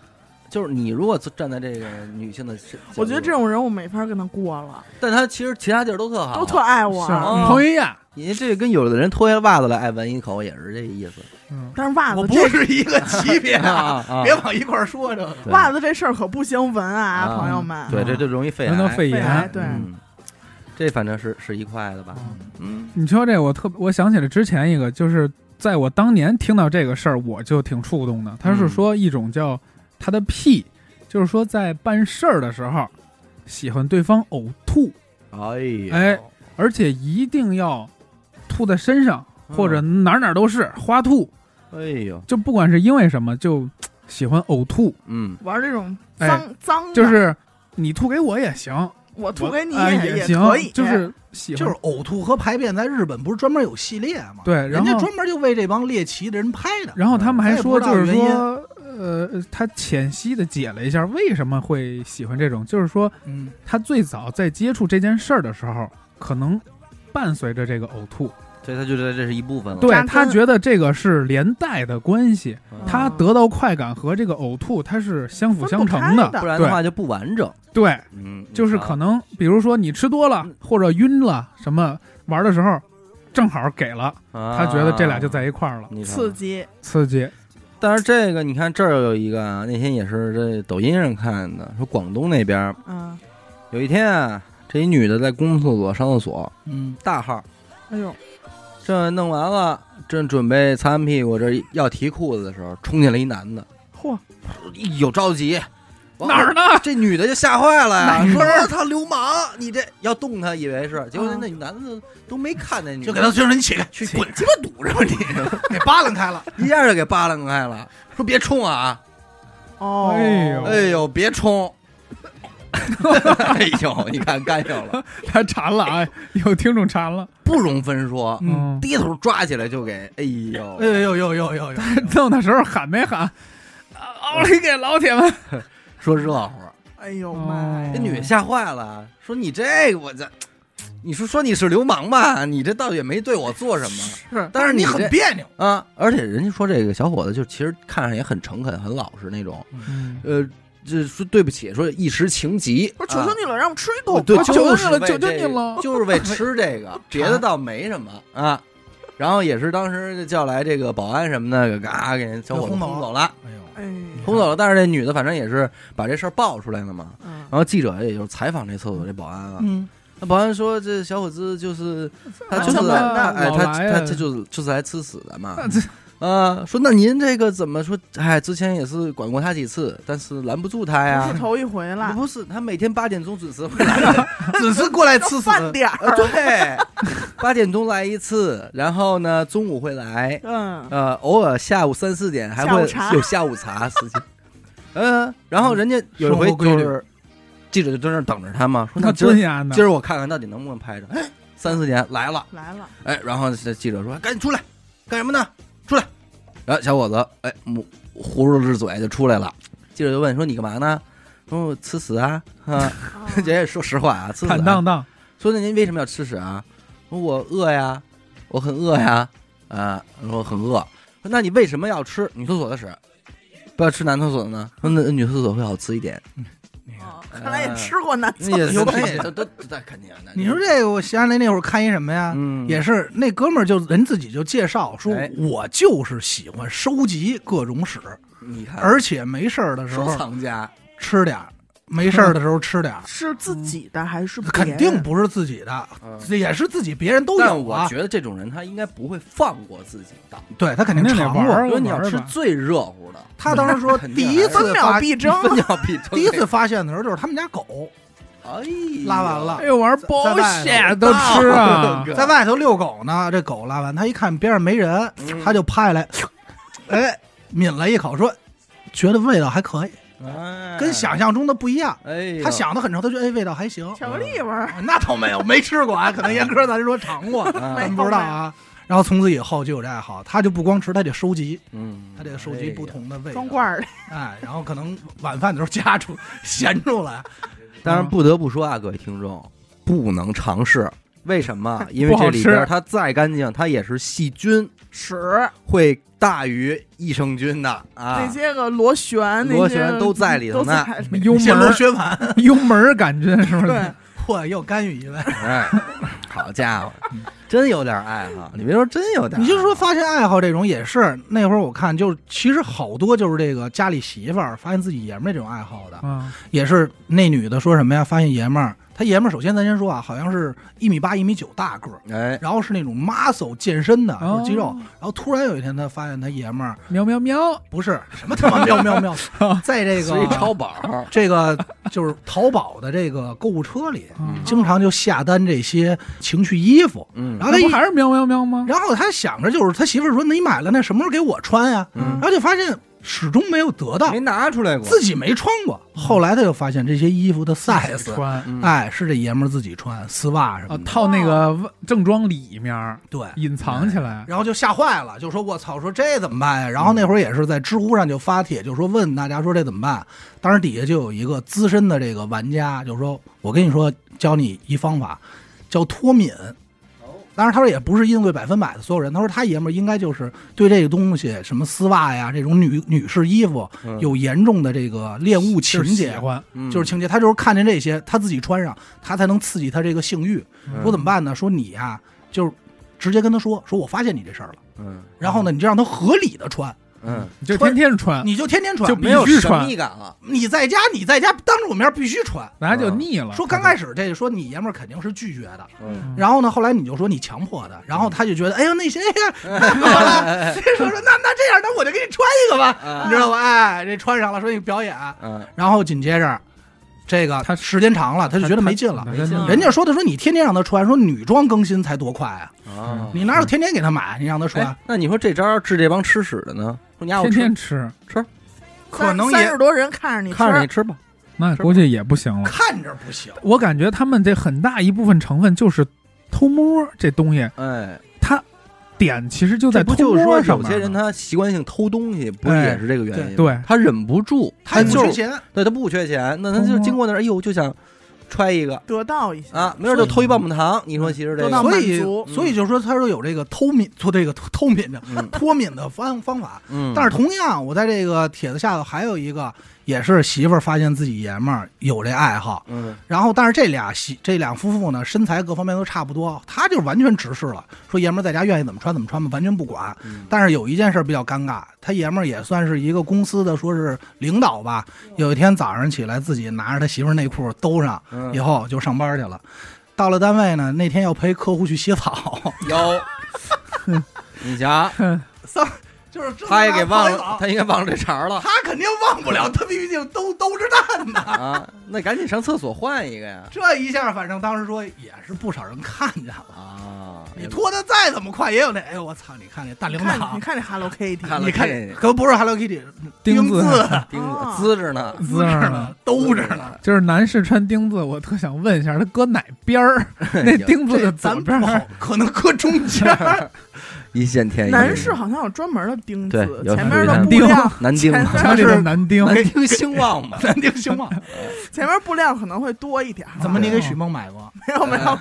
就是你如果站在这个女性的视，
我觉得
角
这
度，
种人我没法跟他过了，
但她其实其他地儿都特好，
都特。爱我
是，
啊
彭于晏，
你这跟有的人脱下袜子来爱闻一口也是这意思
嗯，
但是袜
我
子
不
这
是一个 *laughs* 级别啊，
啊
别往一块儿说这个。
对
袜子这事儿可不行闻啊，
啊
朋友们，
对，这就容易肺
闻到
癌。
肺
肺癌
炎。
对
嗯，这反正是是一块的吧？嗯
你说这我特我想起来之前一个，就是在我当年听到这个事儿，我就挺触动的。他是说一种叫他的癖，就是说在办事儿的时候喜欢对方呕吐，
哎呀
哎，而且一定要吐在身上哎或者哪儿哪儿都是花吐，
哎呦，
就不管是因为什么，就喜欢呕吐，
嗯，
玩这种
哎
脏脏的，
就是你吐给我也行，
我
我
吐给你
啊
也
行
可以，，
就是喜
就
欢
是呕吐和排便，在日本不是专门有系列吗？，
对，然
人家
后
专门就为这帮猎奇的人拍的。
然后他们还说，
我也
就
不
是
知道原因
说，呃，他浅析的解了一下为什么会喜欢这种，就是说
嗯，
他最早在接触这件事儿的时候，可能伴随着这个呕吐，
所以他就觉得这是一部分了。
对
嗯扎根
他觉得这个是连带的关系，
嗯
他得到快感和这个呕吐它是相辅相成
分不开的
不然的话就不完整。
对，
嗯，
就是可能，比如说你吃多了
嗯
或者晕了什么，玩的时候正好给了，他
啊
他
觉得这俩就在一块儿了，
嗯
刺激，
刺激。 *laughs*
但是这个你看这儿有一个啊，那天也是这抖音上看的，说广东那边儿
嗯，
有一天啊，这一女的在公共厕所上厕所，
嗯，
大号，
哎呦，
这弄完了，正准备擦完屁股，这要提裤子的时候，冲进来一男的，
嚯，
一有着急，
哪儿？呢？ *laughs*
这女的就吓坏了呀，
哪
说
儿
我操流氓，你这要动他，以为是，结果那男的都没看那女的，
就给他就说你起开，
去
滚鸡巴堵着吧 *laughs* 你，给扒拉开了。
一下就给扒拉开了，说别冲啊，
哦，
哎呦
哎呦别冲， *laughs* 哎呦，你看干净了，
他馋了，哎，有听众馋了，
不容分说，
嗯， *laughs*
低头抓起来就给，哎呦
哎，呦呦呦呦呦！
弄的时候喊没喊？啊奥利给老铁们！
说热乎，
嗯
哎呦
Oh
哦
妈呀
这！女的吓坏了，说你这个我这，你说说你是流氓吧？你这倒也没对我做什么
是，
但是
你
你
很
这
别扭，
啊，而且人家说这个小伙子就其实看上也很诚恳、很老实那种，
嗯，
呃，这说对不起，说一时情急，
不是求求
啊
你了，让我们吃一口吧。
对，
求求
就是
你了
为
求求
这
你
个
了
就是为吃这个，别的倒没什么啊。然后也是当时就叫来这个保安什么的，嘎给人小伙子
给轰
轰
走
走了，
哎呦，
哎呦，
轰走了。但是这女的反正也是把这事儿爆出来了嘛。
嗯
然后记者也就是采访这厕所这保安啊，
嗯，
那保安说这小伙子就是他
啊
就是
这么
来
大
他哎
老
他
来呀
他这就是就是来吃屎的嘛
那这
啊，说那您这个怎么说？哎，之前也是管过他几次，但是拦不住他
不
哎呀
是。头一回了，
不是，他每天八点钟准时会来
*laughs*
的，
只是过来吃
到
屎，
饭点儿，
呃对， *laughs* 八点钟来一次，然后呢中午会来，
嗯，
呃，偶尔下午三四点还
下
会
午茶
有下午茶时间。嗯、然后人家有一回
生活规
就
律
是记者就在那儿等着他嘛，说
他
那今儿
蹲下呢
今，儿我看看到底能不能拍着。哎，三四点来了，*laughs*
来了，
哎，然后这记者说赶紧出来，干什么呢？出来。然后小伙子哎，木葫芦着嘴就出来了。记者就问说你干嘛呢？说我吃屎啊啊！
啊
*laughs* 人家说实话啊，吃屎、
坦
啊
荡。荡，
说那您为什么要吃屎啊？说我饿呀，我很饿呀，啊，说我很饿。说那你为什么要吃女厕所的屎？啊不要吃男厕所的呢？说那女厕所会好吃一点。
你看
哦看来也吃过南
那 *laughs*
侧
也
*laughs*
是嗯
有
那
品
也是都都那肯定啊。那
你说这个，我想起来那会儿看一什么呀？
嗯
也是那哥们儿就人自己就介绍说
哎，
我就是喜欢收集各种屎，
你看，
而且没事儿的时
哎收
候
藏家
吃点儿，没事儿的时候
*laughs*
吃点儿，
是自己的还是别人
肯定不是自己的，
嗯
这也是自己，别人都
但
有
我
啊。
觉得这种人他应该不会放过自己的，
对他肯
肯
定
定得
尝
玩
过。
儿
因为你要
玩儿
吃
吧
最热乎的。
他当时
*laughs*
说，
肯
第
定
一
还是
次
分秒
发
必争，
分尿必争，
*laughs* 啊第一次发现的时候就是他们家狗
哎呦，
拉完了
哎呦，玩保险都吃
*laughs*
啊！
在外头遛狗呢，这狗拉完，他一看边上没人，
嗯
他就趴下来，哎，抿了一口，说觉得味道还可以，
哎，
跟想象中的不一样。
哎，
他。想的很长，他觉得哎味道还行。
巧克力味儿，
啊那倒没有，没吃过啊，可能严哥咱说尝过，
啊
没
咱不知道啊。然后从此以后就有这爱好，他就不光吃，他得收集，
嗯，
他得收集不同的味道。
装罐儿的，
哎，然后可能晚饭的时候夹出闲出来，
当
嗯
然不得不说啊，各位听众，不能尝试。为什么？因为
不好
这里边
吃
它再干净，它也是细菌
屎
会大于益生菌的
那
啊。
些个螺旋，
螺
那些
旋都在里头
都
呢
在里 *laughs*
*laughs*
幽
先
门
螺
儿
旋丸，
幽门儿感觉是不
对
是？，
嚯，又干预一位。
哎，好家
*laughs*
伙，真有点爱好。你别说，真有点爱好。
你就说发现爱好这种也是，那会儿我看就是其实好多就是这个家里媳妇儿发现自己爷们儿这种爱好的，
啊，
也是那女的说什么呀？发现爷们儿，他爷们儿首先咱先说啊，好像是一米八、一米九大个儿，
哎，
然后是那种 muscle 健身的，
哦
就是肌肉。然后突然有一天，他发现他爷们儿
喵喵喵！
不是什么他妈 *laughs* 喵喵喵，
*laughs*
在这
所以
个
超宝，
这个就是淘宝的这个购物车里，
嗯
经常就下单这些情趣衣服。
嗯
然后
那
他一
不，还是喵喵喵吗？
然后他想着就是他媳妇儿说：“那你买了那什么时候给我穿呀？”
嗯
然后就发现始终没有得到
没，拿出来过。
啊自己没穿过。后来他就发现这些衣服的 size，
穿
嗯，
哎，是这爷们儿自己穿丝袜什
啊
么，的，
套那个正装里面儿
对，
隐藏起来。
然后就吓坏了，就说我操，说这怎么办呀？然后那会儿也是在知乎上就发帖，就说问大家说这怎么办？当时底下就有一个资深的这个玩家就说，我跟你说，教你一方法，叫脱敏。
哦
当然，他说也不是应对百分百的所有人，他说他爷们儿应该就是对这个东西，什么丝袜呀，这种女女士衣服
嗯
有严重的这个恋物情
就是喜
节，
欢，
嗯
就是情节，他就是看见这些，他自己穿上，他才能刺激他这个性欲。
嗯
说怎么办呢？说你呀、就是直接跟他说，说我发现你这事儿了。
嗯
然后呢，你就让他合理的穿，
嗯，
你就天天穿，
你就天嗯天穿，
就
没有
必须
神
穿
秘感了。
你在家你在家当着我面必须穿。
大家就腻了。
说刚开始这说你爷们儿肯定是拒绝的，
嗯，
然后呢，后来你就说你强迫的，然后他就觉
嗯
得哎呦
*laughs*
那谁呀， *laughs* 那说说那那这样，那我就给你穿一个吧，
嗯
你知道吧？哎，这穿上了，说你表演，
嗯，
然后紧接着这个
他
时间长了，他
他
就觉得没劲了
他。嗯
没劲了
人家说的说你天天让他穿，说女装更新才多快啊！
啊
你哪有天天给他买？你让他穿
哎，，那你说这招治这帮吃屎的呢？说你要
天
吃
天吃，
三
可能
三
也
十多人看着你吃，
看着你吃吧，
那估计也不行了。
看着不行，
我感觉他们这很大一部分成分就是偷摸这东西，
哎，
点其实就在
这不就
偷
是说
摸上
有
面呢。
些人他习惯性偷东西，不是
哎
也是这个原因吗？
*laughs*
对
他忍不住，
他也不
就
缺
是
钱，
对他不缺钱，那他
偷
就
摸
经过那儿，哎呦就想揣一个
得到一些
啊，没准就偷一棒棒糖。你说其实这
得到
个，
所以
满足嗯
所以就是说，他说有这个偷敏，做这个偷偷敏的
嗯
脱敏的方方法。
嗯，
但是同样，我在这个帖子下头还有一个，也是媳妇儿发现自己爷们儿有这爱好，
嗯
然后但是这俩媳这俩夫妇呢，身材各方面都差不多，他就完全直视了，说爷们儿在家愿意怎么穿怎么穿吧，完全不管。
嗯
但是有一件事比较尴尬，他爷们儿也算是一个公司的说是领导吧，有一天早上起来自己拿着他媳妇儿内裤兜上，
嗯
以后就上班去了。到了单位呢，那天要陪客户去洗 *laughs* 澡，
有，你瞧，
就是这么
他也
大 *laughs*
给忘
泡
了，
澡
他应该忘了这茬儿了
他肯定忘不了，他毕竟都都知道呢。
啊，那赶紧上厕所换一个呀
这一下，反正当时说也是不少人看见了。
啊！
你拖的再怎么快，也有那哎呦我操！你看那大领
看
导
你，看这 Hello Kitty，
看
你看
看了
可不是 Hello Kitty，
钉
字
钉
啊
子滋着呢，
字
着
儿呢
呢，，啊兜着呢。
就是男士穿钉子，我特想问一下，他搁哪边
*laughs*
儿？那钉子
这
的左
咱
边
不好
*laughs* 儿，
可能搁中间。
一线天一线
男士好像有专门的钉
对
子，
有
前面的
男
布
钉
*laughs*
料，
男丁
前
嘛，
家里的男丁，
男丁兴旺嘛，
南丁兴旺，
*laughs* 前面布料可能会多一点儿。啊
怎么你给许梦买过？
没有没有，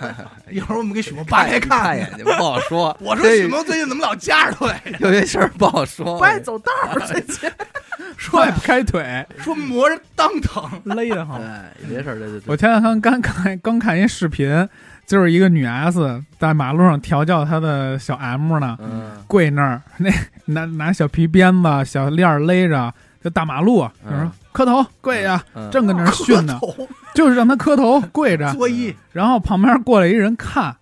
一会儿我们给许梦扒开
看
看。
一。 *laughs* 眼就不好说
*laughs* 我说许梦最近怎么老夹着腿？
有些事儿不好说，
不爱走道儿，
啊
最近
踹不开
*laughs*
腿，
说磨着裆疼，
勒得很。
哎，有些事儿这
我
就
前两天刚看刚看一视频，就是一个女 S 在马路上调教她的小 M 呢，
嗯，
跪那儿， *laughs* 那拿拿小皮鞭子、小链儿勒着，就大马路，就说
嗯
磕头跪呀，
嗯
正跟那儿训呢
磕，头
就是让她磕头跪
*laughs*
着，
作揖，
然后旁边过来一人看，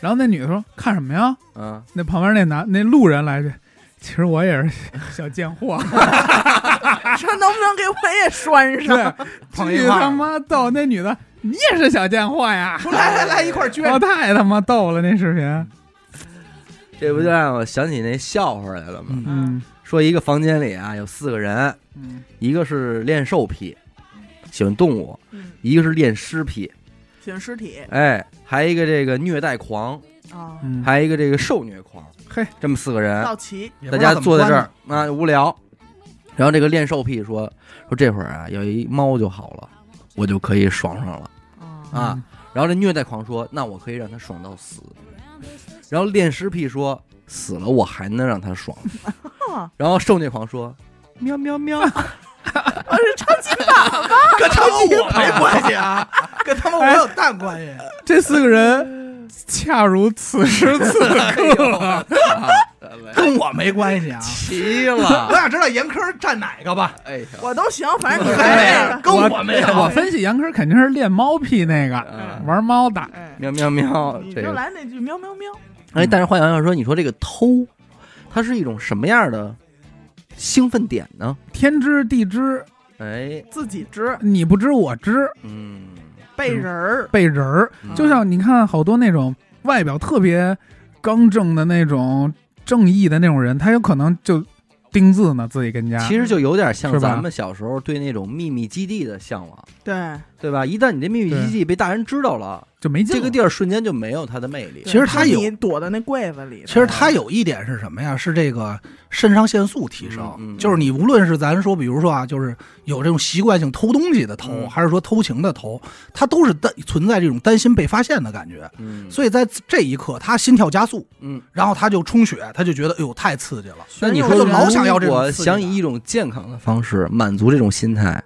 然后那女的说看什么呀？
嗯，
那旁边那男那路人来着，其实我也是 *laughs* 小贱
*laughs*
货，
*laughs* 说能不能给我也拴上？
对，
碰一
巨
块儿
他妈逗，那女的你也是小贱货呀，
来来来一块儿撅
我太他妈逗了那视频，
这不就让我想起那笑话来了吗？
嗯
嗯
说一个房间里啊有四个人，
嗯
一个是练兽癖，喜欢动物；
嗯，
一个是练尸癖，
喜欢尸体
哎，还一个这个虐待狂，
啊，
嗯，
还一个这个受虐狂。
嘿，
这么四个人，
道奇
嗯大家坐在这儿啊无聊，然后这个练兽癖说说这会儿啊有一猫就好了，我就可以爽上了。
啊，
啊然后这虐待狂说那我可以让他爽到死，然后恋尸癖说死了我还能让他 *laughs* 爽，然后受虐狂说喵喵 *laughs* 喵，
我是超级
跟他妈我哎没关系啊，跟他妈我有蛋关系。
这四个人恰如此时
*laughs*
此
哎
刻，
跟我没关系啊。
齐
我
了，
想知道严科站哪个吧？
哎呀，
我都行，反正你来这
哎
个，
跟我没有。
我分析杨科肯定是练猫屁那个
嗯
玩猫打，
哎，
喵喵喵，
你
这
就
个
来那句喵喵喵，
哎，但是话要说，你说这个偷，它是一种什么样的兴奋点呢？
天知地知，
哎，
自己织
你不知我知，
嗯，
背人儿，
背人儿。
嗯
就像你看好多那种外表特别刚正的那种正义的那种人，他有可能就钉字呢，自己跟家。
其实就有点像
是吧
咱们小时候对那种秘密基地的向往，
对，
对吧？一旦你这秘密基地被大人知道了，
就没劲
这
了。
个地儿瞬间就没有它的魅力
对。
其实他有
你躲到那柜子里，
其实他有一点是什么呀？是这个肾上腺素提
嗯
升
嗯，
就是你无论是咱说，比如说啊，就是有这种习惯性偷东西的偷，
嗯
还是说偷情的偷，他都是担存在这种担心被发现的感觉。
嗯，
所以在这一刻，他心跳加速，
嗯，
然后他就充血，他就觉得哎呦太刺激了。
但你
他
说
就老想要这种
我
刺激感
想以一种健康的方式满足这种心态，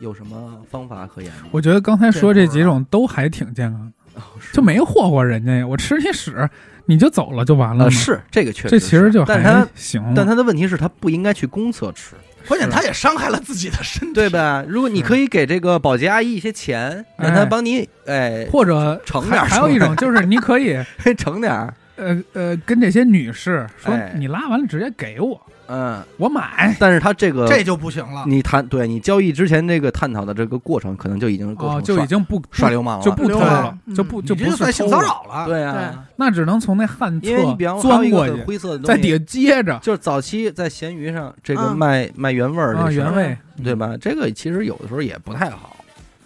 有什么方法可言吗？
我觉得刚才
啊
说这几种都还挺健康的，就没霍霍人家呀。我吃你屎，你就走了就完了嘛。
呃，是这个确实
这其实
是
就
但他
还行了。
但他的问题是，他不应该去公厕吃，
关键他也伤害了自己的身体。
对吧？如果你
是
可以给这个保洁阿姨一些钱，让她帮你哎
或者
盛点儿
还还有一种就是你可以
*laughs* 盛点儿
呃呃跟这些女士说
哎
你拉完了直接给我，
嗯，
我买。
但是他这个
这就不行了。
你谈对你交易之前这个探讨的这个过程，可能就已经构
哦，
嗯成
就
耍
已经不
耍流氓了，
就不
流
偷
氓
了，
嗯
就不
你
就
这
不
就算
是
性
偷
骚
了，
扰了。
对
对
啊，
那只能从那旱
因为你
厕
比方说还有
钻
一个
过
很
去，
灰色的东
在
西
底下接着
就是早期在闲鱼上这个
嗯
卖、卖原味儿
啊，
这事儿、
原味
对？吧？这个其实有的时候也不太好，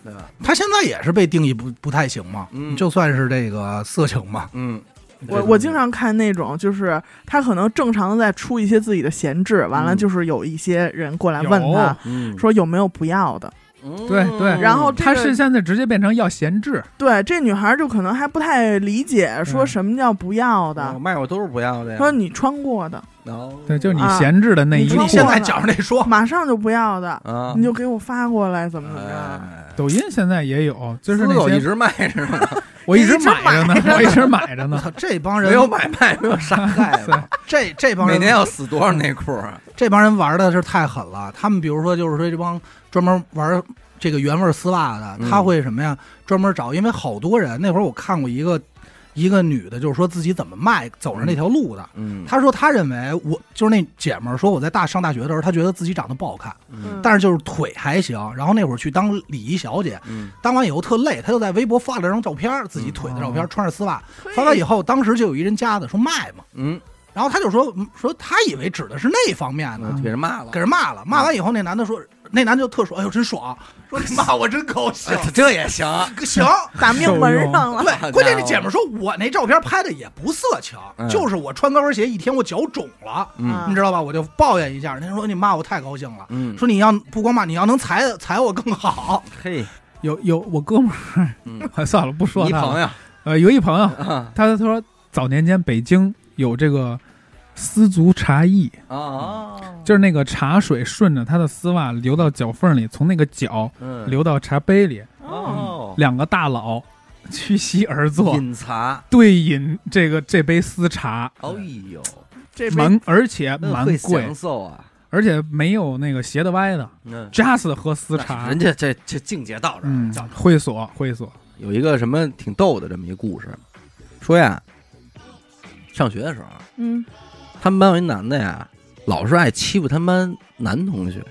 对吧？
他现在也是被定义不不太行嘛，
嗯
就算是这个色情嘛。
嗯，
我我经常看那种，就是他可能正常的在出一些自己的闲置，完了
嗯
就是有一些人过来问他，
嗯
说有没有不要的。
对对
然后这
他
个
是现在直接变成要闲置，
对，这女孩就可能还不太理解，说
嗯
什么叫不要
我
的，
哦卖我都是不要的呀，哦
说你穿过的，
然后
对，就是你
啊
闲置的那一
你
你
说
步。
现在绞着那
*laughs*
说，
马上就不要的，
啊，
嗯
你就给我发过来，怎么怎么着。
哎
抖音现在也有，就是
私
那
有一
些
直卖着
*laughs*
呢，
我一
一
直
直
买着呢，我一直买着
我
呢。
操，这帮人
没有买卖，没有
*laughs*
杀害嘛，
这这帮
每
人
年要死多少内裤啊？
这帮人玩的是太狠了。他们比如说就是说这帮专门玩这个原味丝袜的，
嗯
他会什么呀？专门找，因为好多人那会儿我看过一个一个女的，就是说自己怎么卖走上那条路的。
嗯，
她说她认为我就是那姐们儿说我在大上大学的时候，她觉得自己长得不好看，
嗯
嗯
但是就是腿还行。然后那会儿去当礼仪小姐，
嗯
当完以后特累，她就在微博发了张照片儿，自己腿的照片
嗯哦
儿，穿着丝袜。发完以后，当时就有一人加的说卖嘛，
嗯，
然后她就说嗯说她以为指的是那方面
啊
呢，
我嗯给人骂了
给，人骂了，骂完以后那男的说，那男的就特爽，哎呦真爽，说你骂我真高兴，
哎这也行，
行。
打命门上了，
对，关键那姐们儿说我那照片拍的也不色情
嗯，
就是我穿高跟鞋一天我脚肿了，
嗯
啊
你知道吧？我就抱怨一下，人家说你骂我太高兴了，
嗯，
说你要不光骂，你要能踩踩我更好。
嘿，
有有，我哥们儿
嗯，
哎 *laughs* 算了，不说
你
他了。
朋友
呃，有一朋友，
啊
他他说早年间北京有这个丝足茶艺，
啊，
就是那个茶水顺着他的丝袜流到脚缝里，从那个脚
嗯
流到茶杯里，
哦，
两个大佬屈膝而坐，
饮茶，
对饮这个这杯丝茶，
哎呦，
这边
蛮而且
那
蛮
嗯会
贵
享，受啊，
而且没有那个斜的歪的
嗯，
，just 喝丝
那
茶
人。家这这境界到这儿
嗯
叫，
会所会所，
有一个什么挺逗的这么一故事，说呀，上学的时候，
嗯，
他们班有一男的呀，老是爱欺负他们班男同学，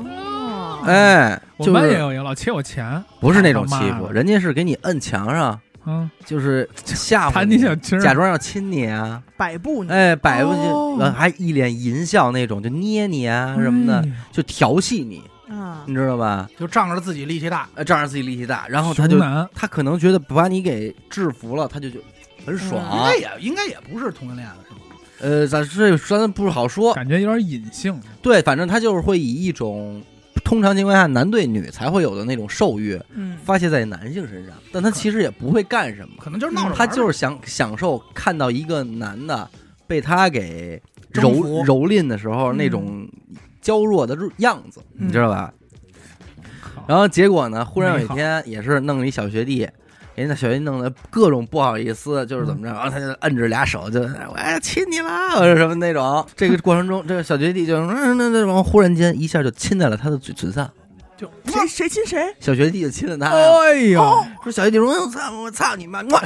哦，
哎，
我
就
们班也
是
有一个老欠我钱，
不是那种欺
他妈
负，
的
人家是给你摁墙上，
嗯，
就是吓唬
弹你小鸡儿，
假装要亲你啊，
摆布你，
哎，摆过去，
哦
然后还一脸淫笑那种，就捏你啊什么的，
哎呀
就调戏你，
啊，
你知道吧？
就仗着自己力气大，
呃，仗着自己力气大，然后他就
熊男
他可能觉得把你给制服了，他就就很爽。哎
应该也应该也不是同性恋的，是吧？
呃，咱这咱不好说，
感觉有点隐性，
对，反正他就是会以一种通常情况下男对女才会有的那种兽欲
嗯，
发泄在男性身上，但他其实也不会干什么，
可能就是闹着玩
嗯
儿
他就是想享受看到一个男的被他给
征
蹂
服
蹂躏的时候
嗯
那种娇弱的样子，
嗯
你知道吧？然后结果呢，忽然有一天也是弄了一小学弟。人家小学弟弄得各种不好意思，就是怎么着，然后他就摁着俩手，就哎我要亲你啦，或者什么那种。这个过程中，这个小学弟就嗯那那，然后忽然间一下就亲在了他的嘴唇上，
就
谁谁亲谁，
小学弟就亲了他，
哎呦，
说小学弟说哎我操我操你妈，哇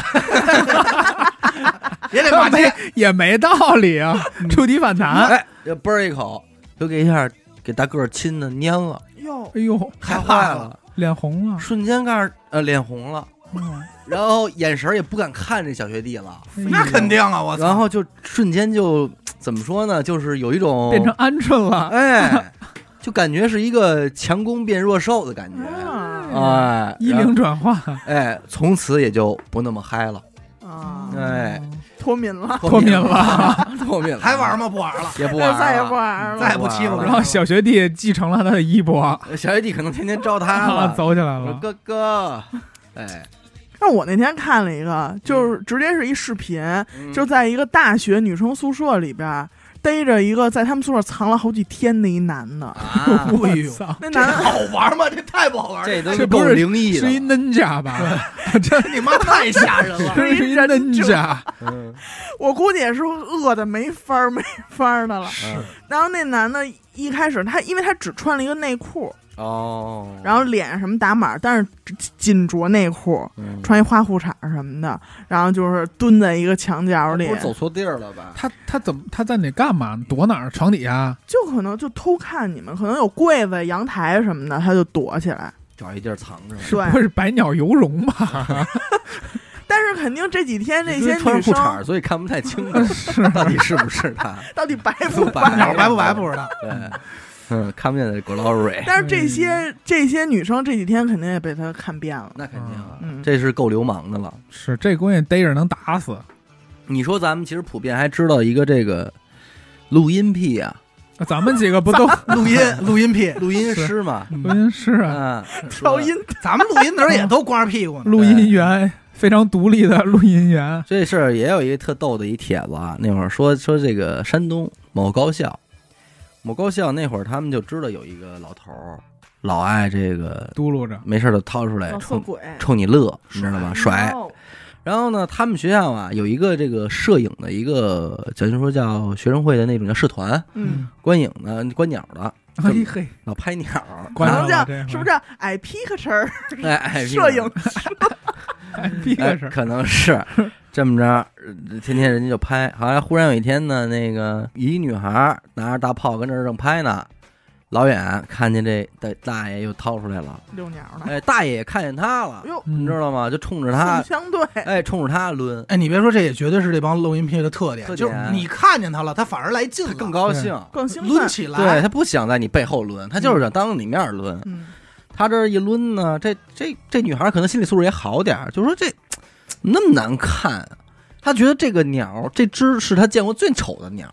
也得骂
*laughs*
街，
也没道理啊，触底反弹，
哎，就啵儿一口，就给一下给大个儿亲的蔫了，
哟，
哎呦，
*laughs* 害
坏
怕了。，
脸红了，
瞬间盖呃脸红了，
嗯
然后眼神儿也不敢看这小学弟了，
那
哎
肯定啊！我操，
然后就瞬间就怎么说呢，就是有一种
变成鹌鹑了，
哎，就感觉是一个强攻变弱兽的感觉，
啊
哎，
一
然后
零转化，
哎，从此也就不那么嗨了，
啊，
哎，
脱敏了，
脱敏了，
脱敏了， *laughs*
还玩？吗？不玩了。
也不玩了，
再也不玩
再
了，
也不欺负
玩
然
了
后小学弟继承了他的衣钵，
小学弟可能天天招
*laughs*
他
啊
了，
走起来
我说
了，
哥哥，哎，
但我那天看了一个，就是直接是一视频，
嗯
就在一个大学女生宿舍里边儿逮着一个在他们宿舍藏了好几天的一男的，
啊，
哎
我
呦，
操
那
这
男的
好玩吗？这太不好玩
*laughs*
了，
这都
这不
够
是
灵异的
是一
了，
嫩家吧？这
*laughs* 你妈太吓人了！
真是一嫩家，
嗯
*laughs* 我估计也是饿的没法儿没法儿的了。
是
然后那男的一开始他因为他只穿了一个内裤，
哦，
然后脸上什么打码，但是紧着内裤，
嗯
穿一花裤衩什么的，然后就是蹲在一个墙角里
不，是走错地儿了吧？
他他怎么他在那干嘛？躲哪儿？啊床底下？
就可能就偷看你们，可能有柜子、阳台什么的，他就躲起来。
找一地儿藏着。
是
对
不会是百鸟游龙吧？
但是肯定这几天这
因
些
为穿
女
着裤衩
生
儿，所以看不太清楚到底是不是他。
到底白不白？
*laughs* 哪儿白不白不知道。
对，嗯，看不见的 glory，
但是这
嗯
些这些女生这几天肯定也被他看遍了。
那肯定啊
嗯，
这是够流氓的了。
是这东西逮着能打死。
你说咱们其实普遍还知道一个这个录音癖啊，
咱们几个不都
*laughs* 录音录音屁，
录音师嘛，
录音师啊，
嗯，说
调音
咱们录音的时候也都光着屁股呢。
录音员非常独立的录音员。
这事儿也有一个特逗的一帖子啊，那会儿说说这个山东某高校，某高校那会儿他们就知道有一个老头儿老爱这个
嘟噜着，
没事儿就掏出来
老色
哎冲
鬼，
冲你乐，你知道吧？甩。
哦
然后呢，他们学校啊有一个这个摄影的一个，咱就说叫学生会的那种叫社团，
嗯，
观影的观鸟的，
哎嘿，
老拍鸟儿，
观
然
鸟
后叫
这会儿
是不是叫 I picture
哎哎，
摄影？
哎 *laughs* 逼
哎
个事儿，
可能是这么着，呃天天人家就拍。好像忽然有一天呢，那个一女孩拿着大炮跟这儿正拍呢，老远看见这大大爷又掏出来了，
遛鸟呢？
哎，大爷也看见他了，
哟，
你
你
知道吗？就冲着
互
他，
相对，
哎，冲着他抡，
哎，你别说，这也绝对是这帮录音屁的特点，
特点
就是你看见他了，他反而来劲
他
了，
更高兴。
更兴
抡
奋。
起
对
哎来。
他不想在你背后抡，他就是想当着你面抡。
嗯，
他这一抡呢，这这这女孩可能心理素质也好点儿，就说这那么难看啊，她觉得这个鸟这只是她见过最丑的鸟。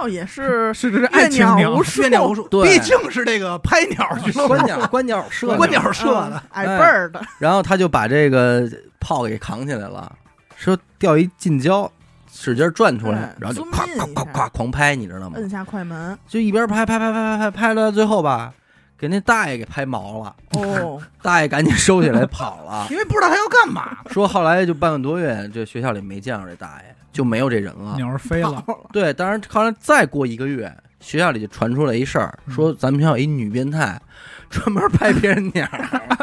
哦，也是
是这是
阅
爱情
鸟
鸟
无，数，
月鸟无数，
对
毕竟是这个拍鸟俱
*laughs*
乐部
观鸟观鸟社，哎
观鸟社的，
嗯矮辈儿的，
*laughs* 然后他就把这个炮给扛起来了，说掉一近焦，使劲转出来
哎，
然后就
zoom
咵
in
咵
一
咵
下
咵狂拍，你知道吗？
摁下
*laughs*
快门。
就一边拍拍拍拍拍拍，拍到最后吧，给那大爷给拍毛了，
哦，
大爷赶紧收起来跑
*laughs*
了。
因为不知道他要干 *laughs* 嘛。
说后来就半个多月，这学校里没见着这大爷，就没有这人了。
鸟儿飞
*laughs*
了，
跑了
对，当然后来再过一个月，学校里就传出来一事儿，
嗯
说咱们学校有一女变态，专门拍别人鸟儿。 *laughs*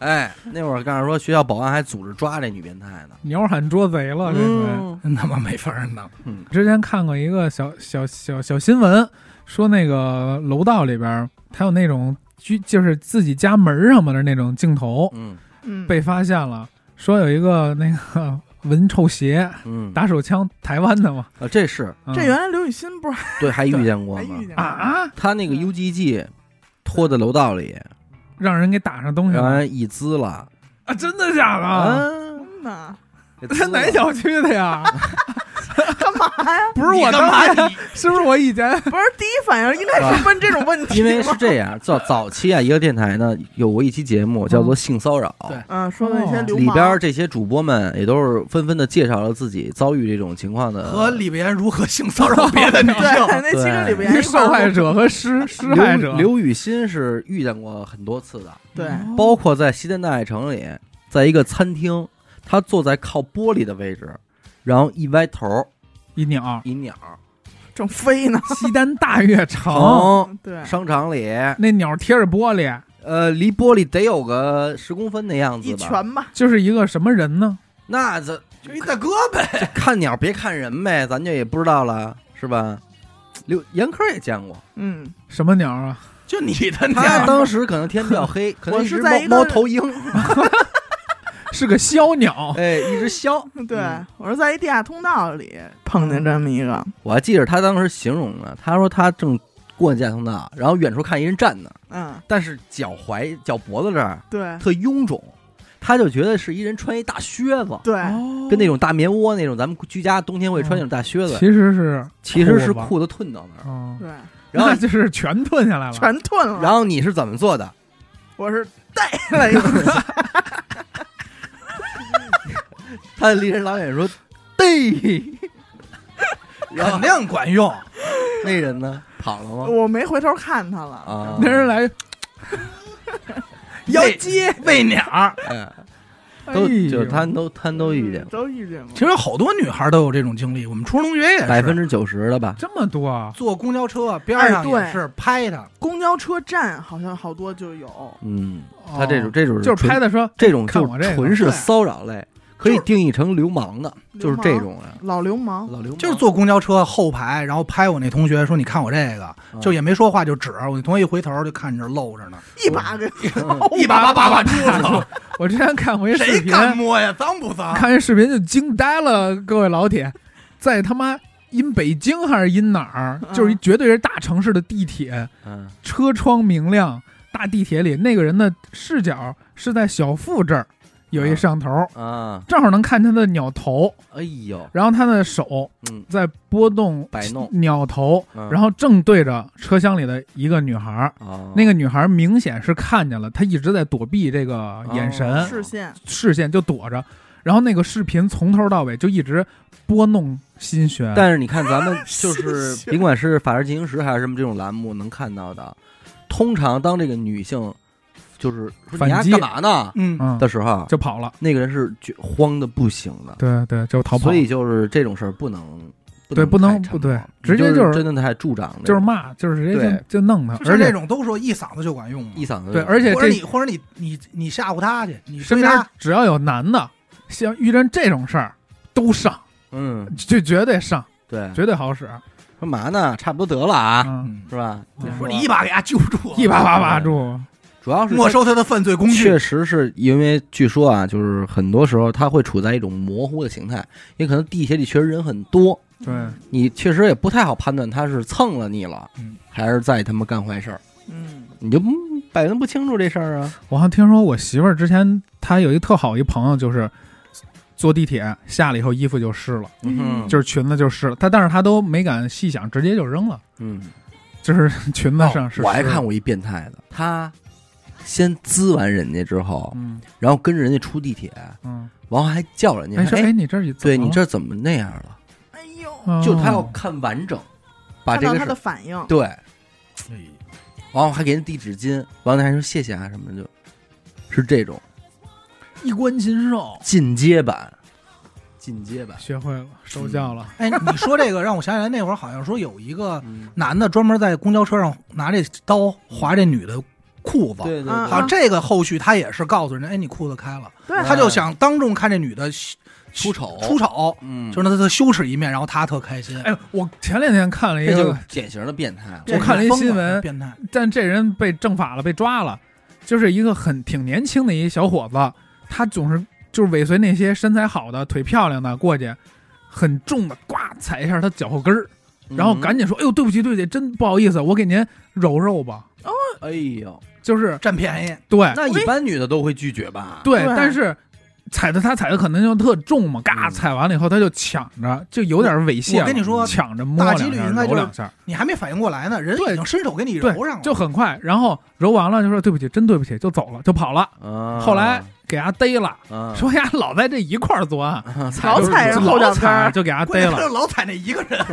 哎，那会儿告诉说学校保安还组织抓这女变态呢。
鸟儿喊捉贼了，这回。
嗯
真他妈没法儿弄，
之前看过一个小小小小新闻，说那个楼道里边儿，还有那种居就是自己家门儿上面的那种镜头
嗯
嗯，
被发现了，说有一个那个 *laughs* 闻臭鞋
嗯，
打手枪，台湾的嘛，
啊，这是
嗯
这原来刘雨欣不是
对，还遇见过
还
吗
遇？见
啊
过
啊，
他那个 UGG 拖在楼道里，
让人给打上东西
然
了
后一滋了
啊，真的假 *laughs* 的？
啊，
真的？
给滋
这哪
了
小区的呀？ *laughs*
干嘛呀？
不是我
你干
当
嘛
时，
你？ *laughs*
是不是我以前
不是第一反应应该是问这种问题
因
吗？
为是这样，早早期啊，一个电台呢有过一期节目叫做《性骚扰》，
对
嗯，说的一些流
哦
氓
里边儿这些主播们也都是纷纷的介绍了自己遭遇这种情况的
和李岩如何性骚扰别的女
对，
性？
那期跟李
*laughs* 一
边
受害者和 *laughs* 施施害者
刘？刘雨欣是遇见过很多次的，
对，
包括在西单大悦城里，在一个餐厅，她坐在靠玻璃的位置，然后一歪头
一鸟，
一鸟，
正飞呢，
西单大悦城
从
对，
商场里，
那鸟贴着玻璃。
呃，离玻璃得有个十公分的样
一
子吧。
拳吧，
就是一个什么人呢？
那这
就一大哥呗，
这看鸟别看人呗，咱就也不知道了，是吧？刘严科也见 *laughs* 过，
嗯，
什么鸟啊？ *laughs*
就你的
他
娘，
当时可能天比较 *laughs* 黑，可能
我
一
是
只
在
猫
一个
猫头鹰，
是个枭鸟，
哎，一只枭。
对
嗯，
我是在一地下通道里碰见这么一个，
我还记着他当时形容呢，他说他正过驾通道，然后远处看一人站那儿，
嗯，
但是脚踝、脚脖子这儿
对
特臃肿，他就觉得是一人穿一大靴子，
对，
哦
跟那种大棉窝那种，咱们居家冬天会穿那种大靴子，
其实是
其实是
吧，
裤子褪到 *laughs* 那儿，
嗯，
对，
然
那
后
就是全吞下来了，
全吞了。
然后你是怎么做的？ *laughs*
我是带了一个，
他离人老远说：“对。”然后
肯定管 *laughs* 用。
那人呢跑了吗？
我没回头看他了。
啊，
那人来
要
接
喂鸟，
哎嗯都
哎呦
就是他都他都遇见过，
嗯都遇见过
其。实有好多女孩都有这种经历，我们初中同学也是，
百分之九十的吧。
这么多啊，
坐公交车边儿上
哎对
也是拍的，
公交车站好像好多就有，
嗯，
哦
他这种这种
就是拍
的
的说
这种
看
就
我这个
是纯是骚扰类，可以
就是
定义成流氓的，就
流
是
氓
这种啊人，
老流
哦
氓，
老流氓
*laughs*
就是坐公交车后排，然后拍我那同学说：“你看我这个。”
嗯
就也没说话，就指我那同学一回头就看你这露着呢，
一把给
一把把把把住了，
我之前看过一视
谁
频，
敢摸呀？脏不脏？
看一视频就惊呆了，各位老铁，在他妈因北京还是因哪儿，
嗯
就是一绝对是大城市的地铁，
嗯，
车窗明亮，大地铁里那个人的视角是在小腹这儿有一摄像头，
啊，
正好能看他的鸟头，
哎呦，
然后他的手
嗯，
在拨动
摆弄
鸟头，
嗯
*laughs* 然后正对着车厢里的一个女孩儿。
啊，
那个女孩儿明显是看见了，她一直在躲避这个眼神，
哦
视线，
视线就躲着，然后那个视频从头到尾就一直拨弄心弦。
但是你看，咱们就是
*laughs*
谢谢
甭管是《法制进行时》还是什么这种栏目能看到的，通常当这个女性就是说
反
你还
击
干嘛呢
嗯，
*laughs*
嗯，
的时候，啊
就跑了，
那个人是觉慌的不行的，
对对，就逃跑，
所以就是这种事儿不能
对不能
太
不
沉
对
默
直接
你
就是
是真的太助长这个，
就是骂，就是直接
对
就就弄他，
就是
而
那
且
种都说一嗓子就管用嘛，
一嗓子
对，而且
或者
这
你或者你你你吓唬他去，你
身
追
边
他，
只要有男的，像遇见这种事儿都上，
嗯
就绝对上，
对，
绝对好使。
啊干嘛呢？差不多得了啊，
嗯，
嗯，
是吧？
嗯
就
说你一把给他揪住，
一把把把住，
主要是
没
他
收他的犯罪工具
确，实是因为据说啊，就是很多时候他会处在一种模糊的形态，因为可能地铁里确实人很多，
对，
你确实也不太好判断他是蹭了你了，
嗯
还是在他妈干坏事儿，
嗯，
你就嗯摆弄不清楚这事儿啊。
我好像听说我媳妇儿之前她有一特好一朋友，就是坐地铁下了以后衣服就湿了，
嗯
就是裙子就湿了，她但是她都没敢细想，直接就扔了。
嗯，
就是 *laughs* 裙子上是、
哦我还看，过一变态的，他先滋完人家之后，
嗯
然后跟着人家出地铁，
嗯，
然后还叫人家
哎
说
说
哎，
哎你这儿哦
对你这怎么那样了？
哎呦，
就他要看完整，把
看
这
到
个
他
事
的
儿
反应，
对。然后还给人递纸巾，完了还说谢谢啊什么的，就是这种
一关禽兽，
进阶版，进阶版。
学会了
嗯
受教了，
哎，你说这个让我想起来那会儿好像说有一个
嗯，
男的专门在公交车上拿这刀划这女的裤子，
对对
啊
好像
对，
这个后续他也是告诉人家，哎，你裤子开了，
对
嗯
他就想当众看这女的羞
出丑
出丑，
嗯，
就是她的羞耻一面，然后他特开心。
哎，我前两天看了一
这就
个
是，典型的变态了。
我看了一新闻
变态
但这人被正法了，被抓了，就是一个很挺年轻的一小伙子，他总是就是尾随那些身材好的、腿漂亮的过去，很重的呱踩一下他脚后跟
嗯
儿，
嗯
然后赶紧说，哎呦对不起对不起，真不好意思，我给您揉揉吧，
嗯，哎呦，
就是
占便宜，
对
那
我
一般女的都会拒绝吧？
对，
对
但是踩的他踩的可能就特重嘛，嘎
嗯
踩完了以后他就抢着，就有点猥亵了。
我跟你说
抢着摸
大
两
几
下，
率应该
揉
就是
两下，
你还没反应过来呢，人
对
已经伸手给你
对
揉上了，，
就很快。然后揉完了就说对不起，真对不起，就走了，就跑了。
啊，
后来给他逮了，
啊
说呀老在这一块儿作案，哎
啊
老
就是
踩人
老
后脚跟
踩
*laughs* 儿
就给他
关
逮
键他 *laughs*
了
就。老踩那一个人，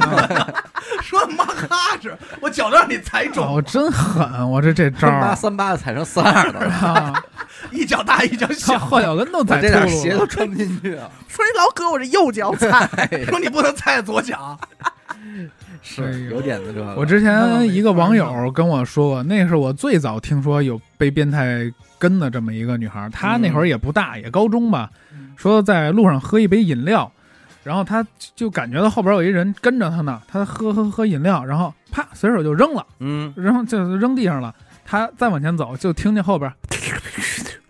说妈哈是，我脚都让你踩肿，
哦，真狠！我这这招
三 *laughs* 八
儿
三八的踩成三二
*laughs*
的了，
啊，
一脚大一脚
他
小，
后脚跟都
我
踩
这
秃
点
噜
鞋都
了。
穿不进去哎啊！
说你老搁我这右脚踩，
说你不能踩
*laughs*
左脚，
哎
是
呦
有点子这个。
我之前一个网友跟我说过，那是我最早听说有被变态跟的这么一个女孩，她那会儿也不大，也高中吧，说在路上喝一杯饮料，然后她就感觉到后边有一人跟着她呢，她喝喝喝饮料，然后啪随手就扔了，
嗯，
然后就扔地上了。她再往前走，就听见后边，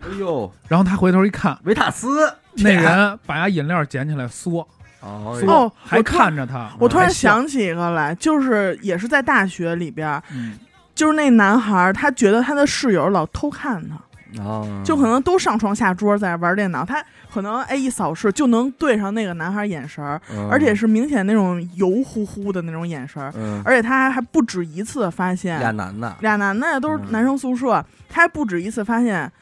哎呦，
然后她回头一看，
维塔斯，
那人把她饮料捡起来缩，
哦
缩
哦
还看着她，
*laughs* 我突然
还笑，
想起一个来，就是也是在大学里边儿，
嗯
就是那男孩儿，他觉得他的室友老偷看他，
哦，
就可能都上床下桌在玩电脑，他可能哎一扫视就能对上那个男孩儿眼神儿，
嗯，
而且是明显那种油乎乎的那种眼神儿，
嗯，
而且他还不止一次发
俩
现，
男嗯的，
俩男的都是男生宿舍，他还不止一次发现。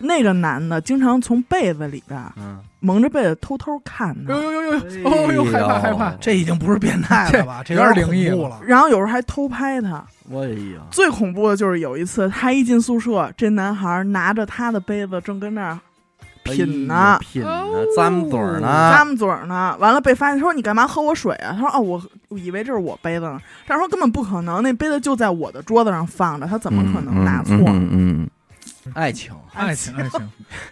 那个男的经常从被子里边儿
嗯，
蒙着被子偷偷看他，
呦呦呦
哎
呦，哦呦害怕害
哎
怕，
这已经不是变态了吧？这有点恐怖了。
然后有时候还偷拍他。
我哎呀，
最恐怖的就是有一次，他一进宿舍，这男孩拿着他的杯子正跟那儿品呢，
品呢，咂嘴儿呢
咂，么嘴儿呢。完了被发现，说你干嘛喝我水啊？他说啊，我我以为这是我杯子呢，但是说根本不可能，那杯子就在我的桌子上放着，他怎么可能拿错？
嗯嗯，嗯爱情，
爱情，爱情，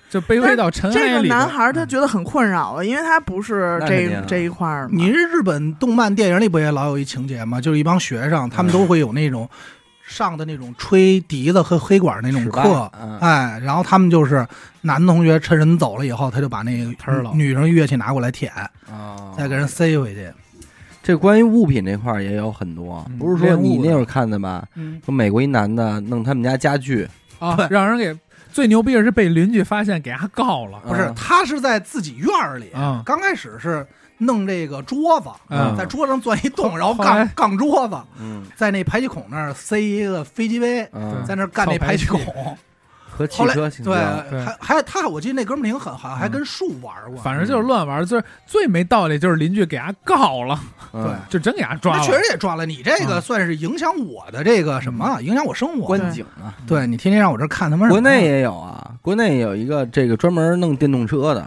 就卑微到尘
这
埃
个
里边。
男孩他
嗯
觉得很困扰啊，因为他不是
那肯定
这
啊
这一块儿嘛。
你日本动漫电影里不也老有一情节吗？就是一帮学生，他们都会有那种上的那种吹笛子和黑管那种
是吧
课，
嗯
哎，然后他们就是男同学趁人走了以后，他就把那个
摊儿了
女生乐器拿过来舔，
啊，
再给人塞回去。
这关于物品这块儿也有很多
嗯，
不是说你
恋物的
那会儿看的吧？
嗯，
说美国一男的弄他们家家具，
啊，让人给最牛逼的是被邻居发现，给他告了。
不是
嗯，
他是在自己院儿里，
嗯
啊
刚开始是弄这个桌子，
嗯
在桌上钻一洞，然后
后来
杠杠桌子，
嗯，
在那排气孔那儿塞一个飞机杯，
嗯
在那儿干那排气孔。
和汽
后来
车性
对，
交，
对
还还他，我记得那哥们儿挺狠，好像还
嗯
跟树玩过。
反正就是乱玩，最最没道理就是邻居给他告了，
嗯
就真给他抓
那
了。
确实也抓了你，这个
嗯
算是影响我的这个什么，影响我生活。
观景啊，
对你天天让我这儿看他妈什
嗯
么
国内也有啊，国内有一个这个专门弄电动车的，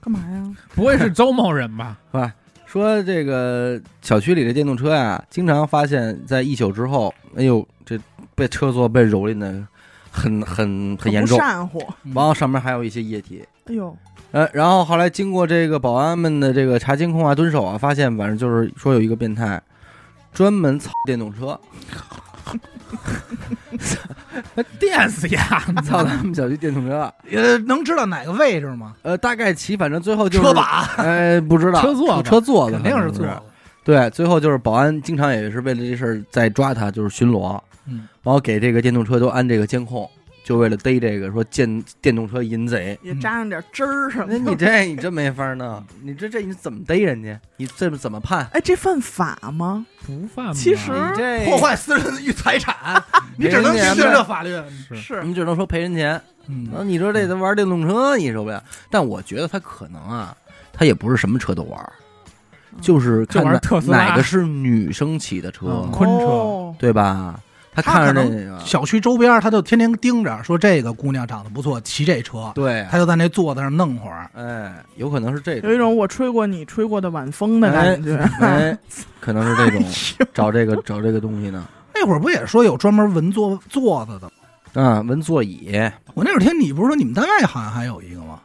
干嘛呀？
不会是周某人吧？
是吧？说这个小区里的电动车呀、经常发现，在一宿之后，哎呦，这被车座被蹂躏的很很很严重
不，善乎。
然后上面还有一些液体。
哎呦，
呃，然后后来经过这个保安们的这个查监控啊、蹲守啊，发现反正就是说有一个变态专门操电动车，
他电死
*laughs*
呀！
操他们小区电动车。
呃，能知道哪个位置吗？
呃，大概其反正最后就是
车，把
哎，不知道
车座吧
车座的
肯定
可能
是
是
坐的。
对，最后就是保安经常也是为了这事儿在抓他，就是巡逻，
嗯，
然后给这个电动车都安这个监控，就为了逮这个说电电动车淫
*laughs*
贼。
也扎上点汁儿什
嗯那
么
你
的。
这你真没法弄，你这这你怎么逮人家？你这怎么判？
哎，这犯法吗？
不犯吧
其实
你这
啊破坏私人与
*laughs*
财产，你只能
别哎人
听
家
听这
*laughs*
法律。
是
是
你只能说赔人钱。然后
嗯，
你说这他玩电动车你受不了，但我觉得他可能啊，他也不是什么车都玩，就是看
就玩
哪
特斯拉
哪个是女生骑的车
嗯，昆车
哦
对吧？他
他
看着
可
那那
能
个，
小区周边他就天天盯着，说这个姑娘长得不错，骑这车，
对啊，
他就在那座子上弄会儿。
哎，有可能是这种，
有一种我吹过你吹过的晚风的感觉。 *laughs*
哎，可能是这种找这个找这个东西呢。
那会儿不也说有专门纹座座子的吗？
啊，纹座椅，
我那会儿听你不是说你们单位好像还有一个吗？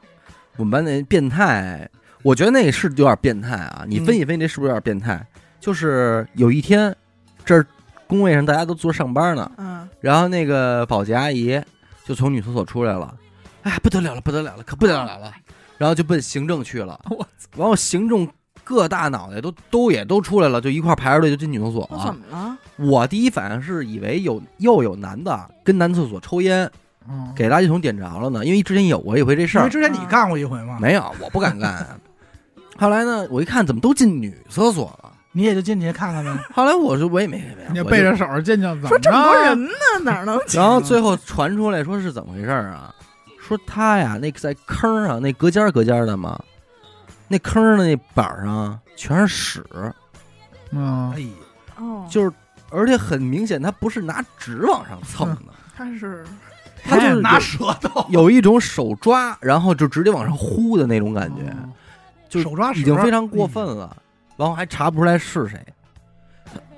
我们班那变态，我觉得那是有点变态啊。你
嗯
分析分析，这是不是有点变态？就是有一天，这儿工位上大家都坐着上班呢，
嗯，
然后那个保洁阿姨就从女厕所出来了，哎，不得了了，不得了了，可不得了了，然后就奔行政去
*laughs*
了。
我
然后行政各大脑袋都都也都出来了，就一块排着队就进女厕所
那怎
了。
么了？
我第一反应是以为有又有男的跟男厕所抽烟，
嗯
给垃圾桶点着了呢，因为之前有过一回这事
因为
儿，
之前你
啊
干过一回嘛，
没有，我不敢干。 *laughs* 后来呢，我一看怎么都进女厕所了，
你也就进去看看呗。
后来我就我也没没
你
没，
背
我
着
就
手进去，怎么
说这么多
着啊
人呢，哪能？
然后最后传出来说是怎么回事儿啊？说他呀，那在坑儿上那隔间儿隔间儿的嘛，那坑儿的那板儿上啊全是屎，
嗯
哎，呀，
哦，
就是而且很明显，他不是拿纸往上蹭的，
他是
*laughs* 他就是有
哎拿舌头，
有一种手抓，然后就直接往上呼的那种感觉。
哦
就
手抓
已经非常过分了，然后还查不出来是谁。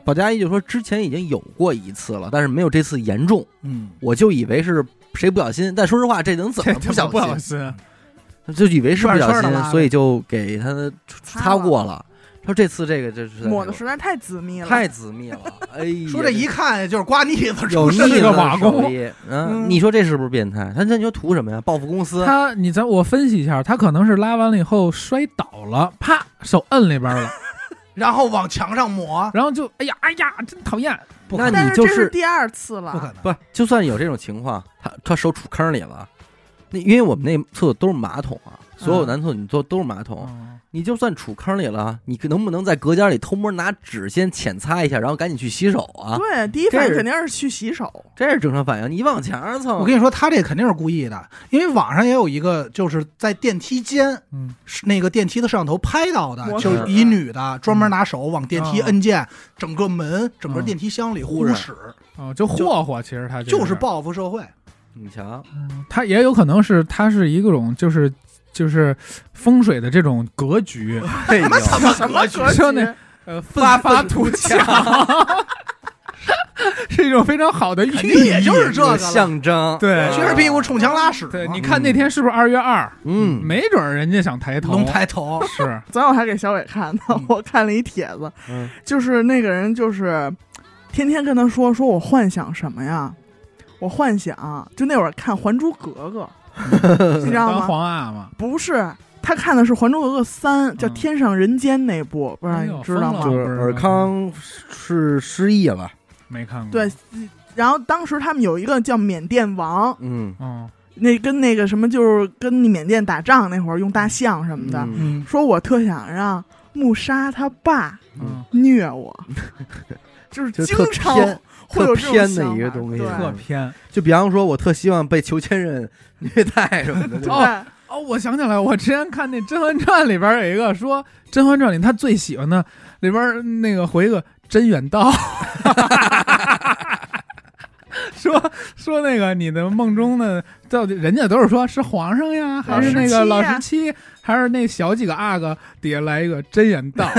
保洁阿姨就说之前已经有过一次了，但是没有这次严重，
嗯，
我就以为是谁不小心，但说实话，这能怎
这
么
哎这
小
不小
心？
心，啊
就以为是不小
转圈儿的
心，
吧
所以就给他擦
擦
过了。说这次这个这是
抹的实在太致密了，
太缜密了，哎呀，
*laughs* 说这一看就是刮腻子
有
出
腻
身
子
是
的。
个瓦工
手艺嗯，
嗯
你说这是不是变态？他那你说图什么呀？报复公司？
他，你咱我分析一下，他可能是拉完了以后摔倒了，啪，手摁里
*laughs*
边了，
然后往墙上抹，
然后就哎呀哎呀，真讨厌，
不
那
可
你
能，
但是这
就是
是第二次
不可
了，
能，
不，就算有这种情况，他他手杵坑里了，那因为我们那厕所都是马桶啊，所有
嗯
男厕所你都都是马
哦
桶，
嗯
你就算杵坑里了，你可能不能在隔间里偷摸拿纸先浅擦一下，然后赶紧去洗手啊？
对，第一
这
反应
是
肯定是去洗手。
这是正常反应。你往墙上蹭，
我跟你说，他这肯定是故意的，因为网上也有一个，就是在电梯间，
嗯，
是那个电梯的摄像头拍到的，
模
特
就是一女的
嗯
专门拿手往电梯
嗯
按键，整个门、整个
嗯
电梯箱里呼
忽着
屎，
哦，就霍霍，其实他
就是
是
报复社会。
你瞧，
嗯他也有可能是他是一个种就是就是风水的这种格
*laughs*
局，
哎呦，
什么
局
格
就那呃，
发
奋
发图
*laughs*
强，
是一种非常好的寓
肯定
意，
也就是这个
有
了。
象征，
对
撅着屁股冲墙拉屎嘛，
哎对，你看那天是不是二月二？
嗯，
没准儿人家想抬头，
龙抬头，
是
昨天我还给小伟看呢 *laughs*
嗯，
我看了一帖子，
嗯
就是那个人就是天天跟他说，说我幻想什么呀？我幻想就那会儿看《还珠格格》，你知道
当
吗？
皇阿玛，
不是，他看的是《还珠格格三》，叫
嗯
《天上人间》那部，不知道
哎
你
呦
知道
疯
吗
就
了？
是尔康是失忆了，
没看过。
对，然后当时他们有一个叫缅甸王，
嗯
嗯，
那跟那个什么就是跟缅甸打仗那会儿用大象什么的，
嗯
嗯，
说我特想让穆沙他爸
嗯，
虐我， *laughs* 就是
就
经
特
常
偏
会有这种
特偏的
想法
一个东西
对
特偏。
就比方说，我特希望被裘千仞虐待什么的，就
哦哦，我想起来，我之前看那《甄嬛传》里边有一个说，《甄嬛传》里他最喜欢的里边那个回一个甄远道， *laughs* 说说那个你的梦中的到底人家都是说是皇上呀，还是那个老
老
十
十
七，还是那小几个阿哥底下来一个甄远道，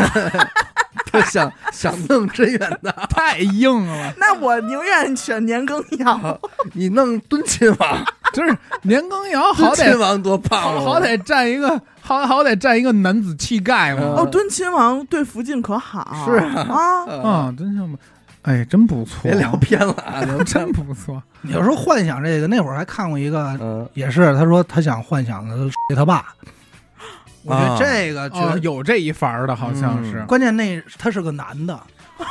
特想想弄真远的，
太硬了，
那我宁愿选年羹
*laughs*
尧。
你弄敦亲王，
真是年羹尧
敦
好
亲 *laughs*
歹
王多胖
好
啊！
好歹占一个好好歹占一个男子气概嘛。
嗯
哦，敦亲王对福晋可好，
是
啊，
啊，
啊，真像不，哎，真不错，
别聊偏了 *laughs* 啊，聊偏
*laughs* 真
了。
不错。
嗯有时候幻想这个，那会儿还看过一个，
嗯，
也是他说他想幻想的 *laughs* 是他爸，我觉
啊
得这个觉
哦，
得
有这一番儿的，好像是
嗯。
关键那他是个男的，
*laughs* 哦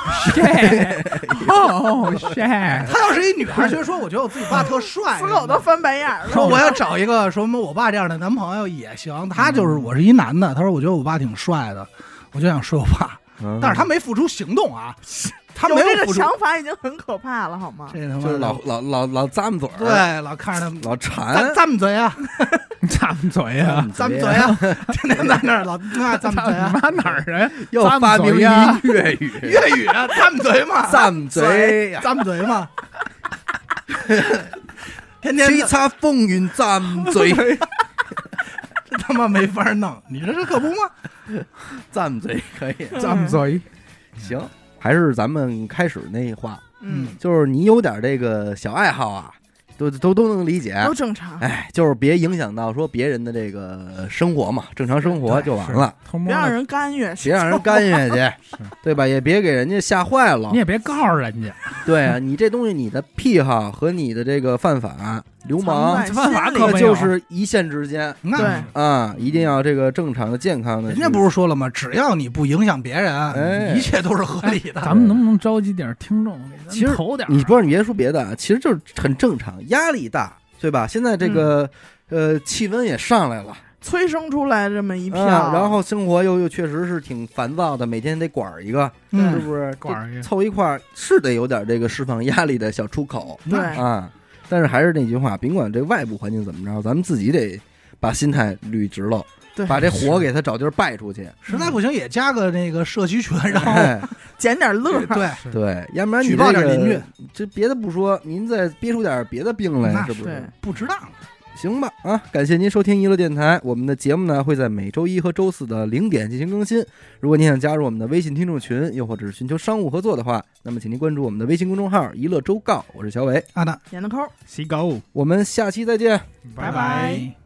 shit！
*laughs* 他要是一女孩，其实说我觉得我自己爸
*laughs*
特帅，
死啊狗都翻白眼儿了。
*laughs*
说我要找一个什么我爸这样的男朋友也行，他就是我是一男的，他说我觉得我爸挺帅的，我就想睡我爸，
嗯
但是他没付出行动啊，他
有
没
这
付
个
出
想，法已经很可怕了，好吗？
这他妈
就是老哎老老老咂么嘴儿，，
对老看着他们。
老馋
咱，咱们嘴啊，
咱们嘴呀，
咱们嘴啊，天天在那儿老啊，咱们
他
嘴
*laughs*
啊，
妈哪儿人？
要发明一
咂
粤语，
粤语啊，咱们嘴嘛，
*laughs* 咂么嘴，
咱们嘴嘛，天天
叱
的
咤风云咂么嘴，
这他妈没法弄，你说这可不吗？
咂么嘴可以，
咱们嘴，
行，还是咱们开始那话，
嗯，
就是你有点这个小爱好啊，都都都能理解。
都正常，
哎，就是别影响到说别人的这个生活嘛，正常生活就完了，
偷摸
别让
的。
人干预。
哎 *laughs* 别让人干下去
是，
对吧？也别给人家吓坏了
你。也别告诉人家，
对啊，你这东西，你的癖好和你的这个犯法、流氓，
藏在
犯法
*laughs*
心里
可
那
没
就
有
是一线之间
那
对
是
啊！一定要这个正常的、健康的。
人家不是说了吗？只要你不影响别
哎
人，一切都是合理的。
咱们能不能召集点听众？给咱
其实
投点儿，
你不是你别说别的啊，其实就是很正常，压力大，对吧？现在这个、呃气温也上来了，
催生出来这么一票，
啊然后生活又又确实是挺烦躁的，每天得管儿一个，是
嗯，
不是？
管儿一
就
个
凑一块儿是得有点这个释放压力的小出口
对
那
啊。但是还是那句话，甭管这外部环境怎么着，咱们自己得把心态捋直喽，
对
把这火给它找地儿败出去。
实在不行也加个那个社区群，然后
哎，
捡点乐儿。
对，
是
*laughs* 对，要不然你
举报
这
点
个
邻居，
这别的不说，您再憋出点别的病来，
那
是不是
是？
不值当。
行吧，啊，感谢您收听娱乐电台。我们的节目呢会在每周一和周四的零点进行更新。如果您想加入我们的微信听众群，又或者是寻求商务合作的话，那么请您关注我们的微信公众号“娱乐周告”。我是小伟，
啊，那
闫德抠儿。
洗狗，
我们下期再见。
拜拜
拜